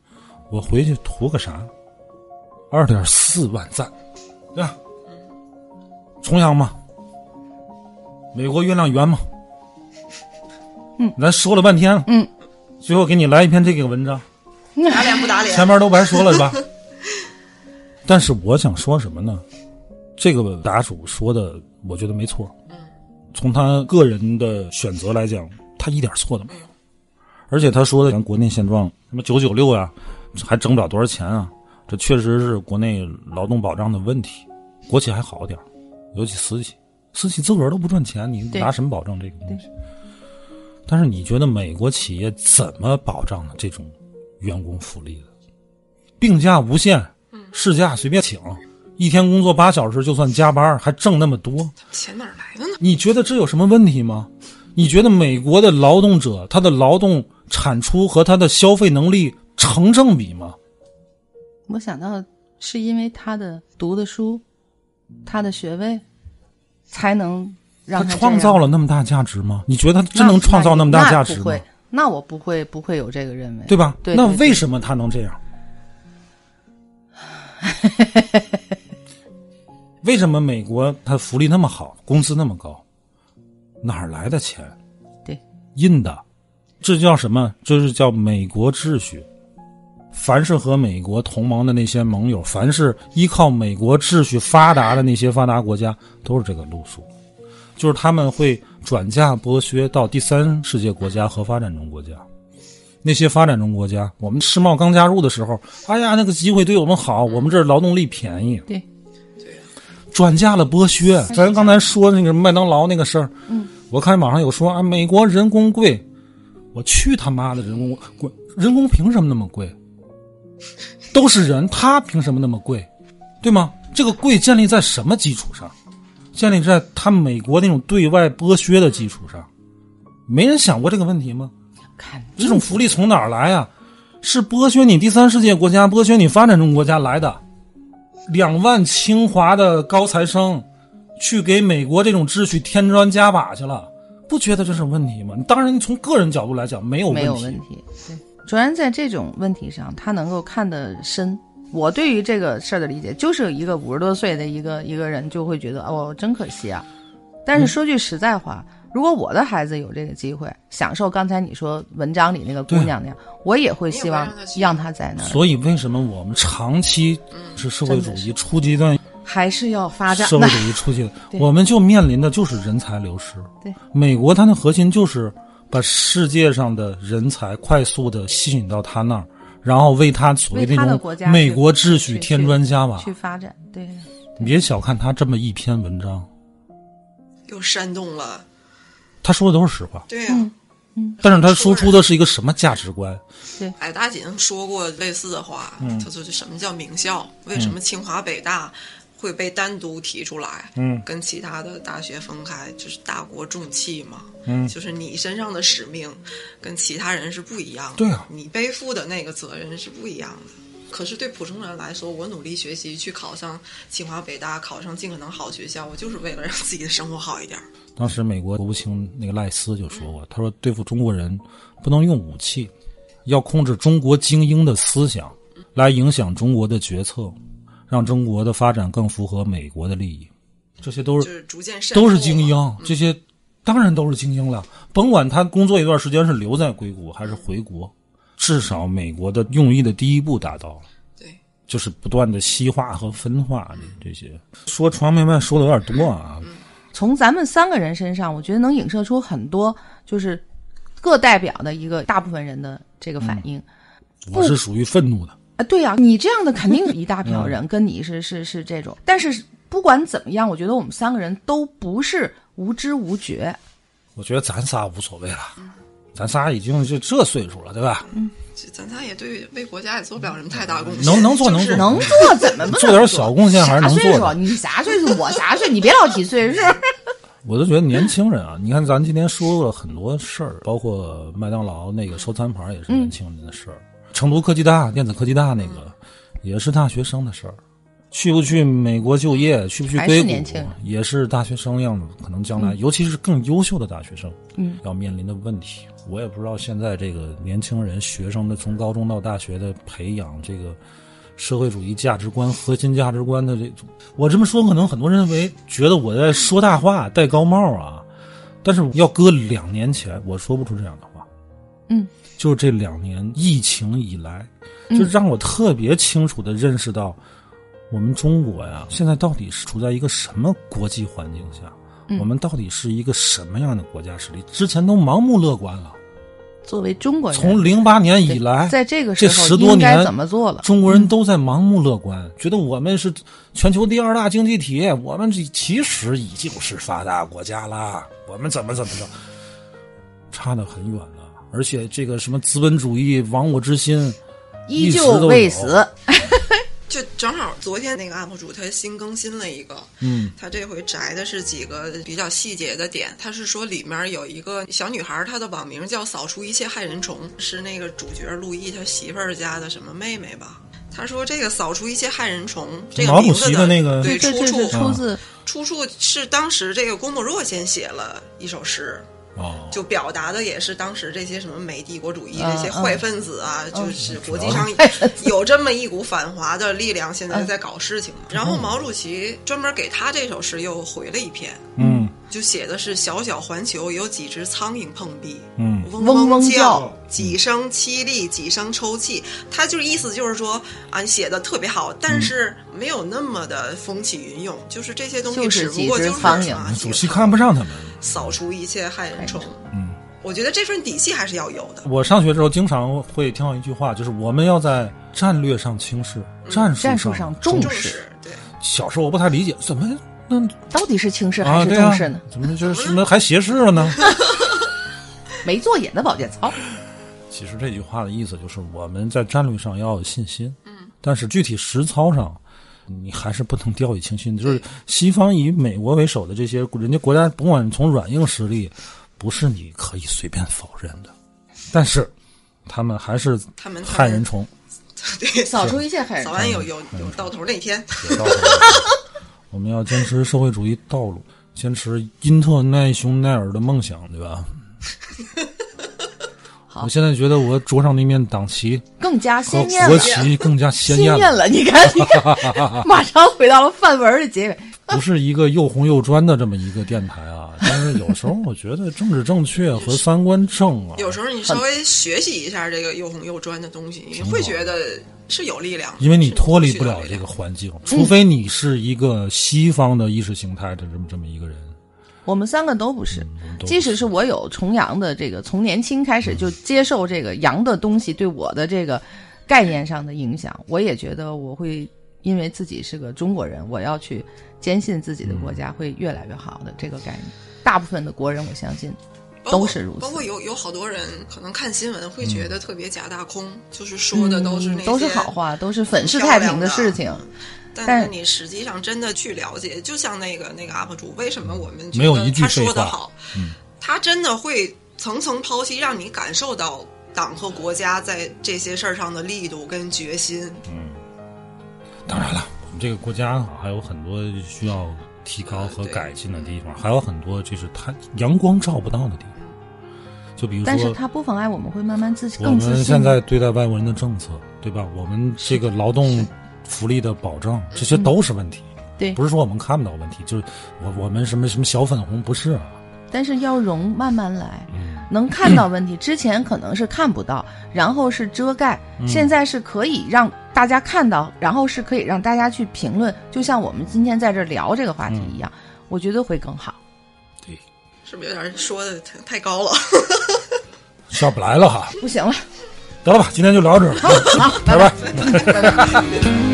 A: 我回去图个啥？二点四万赞，对吧？重阳嘛，美国月亮圆嘛，嗯，咱说了半天了，
C: 嗯，
A: 最后给你来一篇这个文章，
B: 打脸不打脸？
A: 前面都白说了是吧？ 但是我想说什么呢？这个答主说的，我觉得没错。从他个人的选择来讲，他一点错都没有。而且他说的咱国内现状，什么九九六呀，还挣不了多少钱啊，这确实是国内劳动保障的问题。国企还好点儿尤其私企，私企自个儿都不赚钱，你
C: 对
A: 拿什么保障这个东西？但是你觉得美国企业怎么保障呢这种员工福利的？病假无限，事假随便请，一天工作八小时就算加班，还挣那么多，
B: 钱哪儿来的呢？
A: 你觉得这有什么问题吗？你觉得美国的劳动者他的劳动产出和他的消费能力成正比吗？
C: 我想到是因为他的读的书，他的学位，才能让
A: 他
C: 他
A: 创造
C: 了
A: 了那么大价值吗？你觉得他真能创造那么大价值
C: 那不
A: 吗
C: 会？，那我不会不会有这个认为，
A: 对吧？
C: 对，
A: 那
C: 对
A: 为什么他能这 样？为什么美国它福利那么好，工资那么高？哪儿来的钱？
C: 对
A: 印的，这叫什么？这是叫美国秩序。凡是和美国同盟的那些盟友，凡是依靠美国秩序发达的那些发达国家，都是这个路数，就是他们会转嫁剥削到第三世界国家和发展中国家。那些发展中国家，我们世贸刚加入的时候，哎呀，那个机会对我们好，我们这儿劳动力便宜，
C: 对
A: 转嫁了剥削。咱刚才说那个麦当劳那个事儿，嗯，我看网上有说啊，美国人工贵，我去他妈的人工贵，人工凭什么那么贵？都是人，他凭什么那么贵？对吗？这个贵建立在什么基础上？建立在他美国那种对外剥削的基础上，没人想过这个问题吗？
C: 看
A: 这种福利从哪儿来呀、是剥削你第三世界国家、剥削你发展中国家来的。两万清华的高材生去给美国这种秩序添砖加瓦去了，不觉得这是问题吗？当然，从个人角度来讲，没有
C: 没有
A: 哦题。
C: 问题。对，卓然在这种问题上，他能够看得深。我对于这个事儿的理解，就是一个五十多岁的一个一个人就会觉得，哦，真可惜啊。但
A: 嗯
C: 是说句实在话，如果我的孩子有这个机会，享受刚才你说文章里那个姑
A: 对
C: 娘那样，我也会希望
B: 你也会让他去
C: 让他在那儿，
A: 所以，为什么我们长期是社会主
C: 嗯真的
A: 义初阶段
C: 还是要发展
A: 社会
C: 的。
A: 主义初期的，
C: 对
A: 我们就面临的就是人才流失。
C: 对，
A: 美国它的核心就是把世界上的人才快速的吸引到他那儿，然后为他所谓
C: 为
A: 那
C: 他的
A: 种
C: 国家
A: 美
C: 去
A: 国秩序
C: 去
A: 添
C: 去
A: 砖加瓦。
C: 去发展， 对的，
A: 你别小看他这么一篇文章，
B: 又煽动了，
A: 他说的都是实话，
B: 对呀、啊
A: 但是他输出的是一个什么价值观？
B: 矮大紧说过类似的话，
A: 嗯
B: 他说什么叫名校？为什么清华北大会被单独提出来？
A: 嗯
B: 跟其他的大学分开，就是大国重器嘛。
A: 嗯
B: 就是你身上的使命跟其他人是不一样的，
A: 对啊
B: 你背负的那个责任是不一样的。可是对普通人来说，我努力学习去考上清华北大，考上尽可能好学校，我就是为了让自己的生活好一点儿。
A: 当时美国国务卿那个赖斯就说过，他说对付中国人不能用武器，要控制中国精英的思想，来影响中国的决策，让中国的发展更符合美国的利益。这些都
B: 就是是逐渐渗透
A: 都
B: 嘛
A: 是精英，这些
C: 嗯
A: 当然都是精英了。甭管他工作一段时间是留在硅谷还是回国，至少美国的用意的第一步达到了。
B: 对，
A: 就是不断的西化和分化这这些，说床明白说的有点多啊，
C: 嗯从咱们三个人身上，我觉得能影射出很多，就是各代表的一个大部分人的这个反
A: 嗯
C: 应。
A: 我是属于愤怒的。
C: 啊，对呀、你这样的肯定有一大
A: 嗯
C: 票人跟你是是是这种，但是不管怎么样，我觉得我们三个人都不是无知无觉，
A: 我觉得咱仨无所谓了，
C: 嗯
A: 咱仨已经是这岁数了，对吧？
B: 这咱仨也对为国家也做不了什么太大贡献，
A: 能能做
B: 就
A: 能
B: 是
A: 做
C: 能 做怎么不能
A: 做点小贡献还是
C: 啥
A: 能
C: 岁
A: 做
C: 数？
A: 的。
C: 啊 你啥岁数？我啥岁？你别老提岁数，
A: 我就觉得年轻人啊，你看咱今天说了很多事儿，包括麦当劳那个收餐盘
C: 嗯
A: 也是年轻人的事儿，成都科技大电子科技大那个也是大学生的事儿，去不去美国就业，去不去
C: 还是
A: 硅谷
C: 年轻人嗯
A: 也是大学生样子，可能将来、尤其是更优秀的大学生，嗯，要面临的问题。我也不知道现在这个年轻人学生的从高中到大学的培养这个。社会主义价值观、核心价值观的这种，我这么说，可能很多人认为觉得我在说大话、戴高帽啊。但是要搁两年前，我说不出这样的话。
C: 嗯，
A: 就是这两年疫情以来，就让我特别清楚的认识到，我们中国呀，现在到底是处在一个什么国际环境下？我们到底是一个什么样的国家实力？之前都盲目乐观了。
C: 作为中国人，
A: 从零八年以来，
C: 在这个时
A: 这
C: 候
A: 十多
C: 应该
A: 年
C: 怎么做了嗯
A: 中国人都在盲目乐观，觉得我们是全球第二大经济体，我们这其实已经是发达国家啦，我们怎么怎么着，差得很远了。而且这个什么资本主义亡我之心，
C: 依
A: 一直
C: 旧
A: 都
C: 未
A: 有
C: 死。
B: 就正好昨天那个 UP 主他新更新了一个，
A: 嗯，
B: 他这回摘的是几个比较细节的点。他是说里面有一个小女孩，她的网名叫“扫除一切害人虫”，是那个主角陆毅他媳妇儿家的什么妹妹吧？他说这个“扫除一切害人虫”这个
A: 毛
B: 名
A: 主
B: 字
A: 席的那个
B: 对
C: 对
B: 出
C: 对
B: 处啊
C: 对，出自
B: 出处是当时这个郭沫若先写了一首诗，
A: 哦，
B: 就表达的也是当时这些什么美帝国主义这些
C: 嗯
B: 坏分子啊，就是国际上有这么一股反华的力量，现
C: 嗯
B: 在在搞事情嘛。然后毛主席专门给他这首诗又回了一篇，
A: 嗯
B: 就写的是“小小环球有几只苍蝇碰壁，
A: 嗯，
C: 嗡
B: 嗡
C: 嗡
B: 叫
C: 叫，嗯
B: 几声凄厉，几声抽泣。”他就是意思就是说啊，你写的特别好，
C: 嗯
B: 但是没有那么的风起云涌，就是这些东西
C: 就
B: 只
C: 是
B: 不过
C: 几
B: 就
C: 只
B: 是
C: 苍蝇
B: 啊
A: 主席看不上他们。
B: 扫除一切害
C: 哎
B: 人虫。
A: 嗯，
B: 我觉得这份底气还是要有的。
A: 我上学之后经常会听到一句话，就是我们要在战略上轻视，战术
C: 嗯战术上重
A: 重
B: 重
C: 视
B: 视对，
A: 小时候我不太理解，怎么那
C: 到底是轻视还
A: 啊
C: 是
A: 对
C: 重
A: 啊
C: 视呢？，
A: 怎么就是什么还斜视了呢？
C: 没做眼的保健操，
A: 其实这句话的意思就是，我们在战略上要有信心，嗯，但是具体实操上，你还是不能掉以轻心。就是西方以美国为首的这些人家国家，甭管从软硬实力，不是你可以随便否认的，但是他们还是
B: 他们
A: 害人虫，
B: 对，
C: 扫除一切害人
B: 扫。完有有有到头那天，
A: 有道理我们要坚持社会主义道路，坚持因特奈雄奈尔的梦想，对吧？我现在觉得我桌上那面党旗
C: 更加
A: 和
C: 鲜艳
A: 国
C: 了，
A: 旗更加鲜
C: 鲜
A: 艳了
C: 艳。了！你看，你看， 马上回到了范文的结尾。
A: 不是一个又红又专的这么一个电台啊，但是有时候我觉得政治正确和三观正啊，
B: 有时候你稍微学习一下这个又红又专的东西，你会觉得是有力量的，
A: 因为你
B: 是
A: 脱离
B: 是
A: 不
B: 有
A: 了
B: 力
A: 这
B: 量
A: 个环境，除非你是一个西方的意识形态的这么这么一个人。
C: 我们三个都不是，
A: 嗯都
C: 即使是我有重阳的这个，从年轻开始就接受这个阳的东西对我的这个概念上的影响，我也觉得我会因为自己是个中国人，我要去坚信自己的国
A: 嗯
C: 家会越来越好的这个概念。大部分的国人，我相信
B: 包括
C: 都是如此
B: 包括有有好多人可能看新闻
A: 嗯
B: 会觉得特别假大空，就是说的都是那些、
C: 嗯都是好，话，都是粉饰太平的事情。但
B: 但是你实际上真的去了解，就像那个那个 UP 主，为什么我们
A: 没有
B: 觉得
A: 一句
B: 他
A: 废
B: 说的
A: 话嗯
B: 好，他真的会层层剖析，让你感受到党和国家在这些事儿上的力度跟决心。
A: 当然了，我们这个国家啊还有很多需要提高和改进的地方，还有很多就是太阳光照不到的地方，就比如
C: 但是
A: 说
C: 它不妨碍我们会慢慢自
A: 我
C: 更自
A: 们
C: 信。
A: 现在对待外国人的政策，对吧？我们这个劳动福利的保障，这些都是问题。
C: 对
A: 不是说我们看不到问题，就是我我们什么什么小粉红不是啊？
C: 但是要容，慢慢来，能看到问题。之前可能是看不到，然后是遮盖，现在是可以让大家看到，然后是可以让大家去评论。就像我们今天在这儿聊这个话题一样，我觉得会更好。
A: 对，
B: 是不是有点说的太太高了？
A: 笑不来了哈。
C: 不行了，
A: 得了吧，今天就聊到这儿，
C: 好，
A: 拜拜。
C: 拜拜。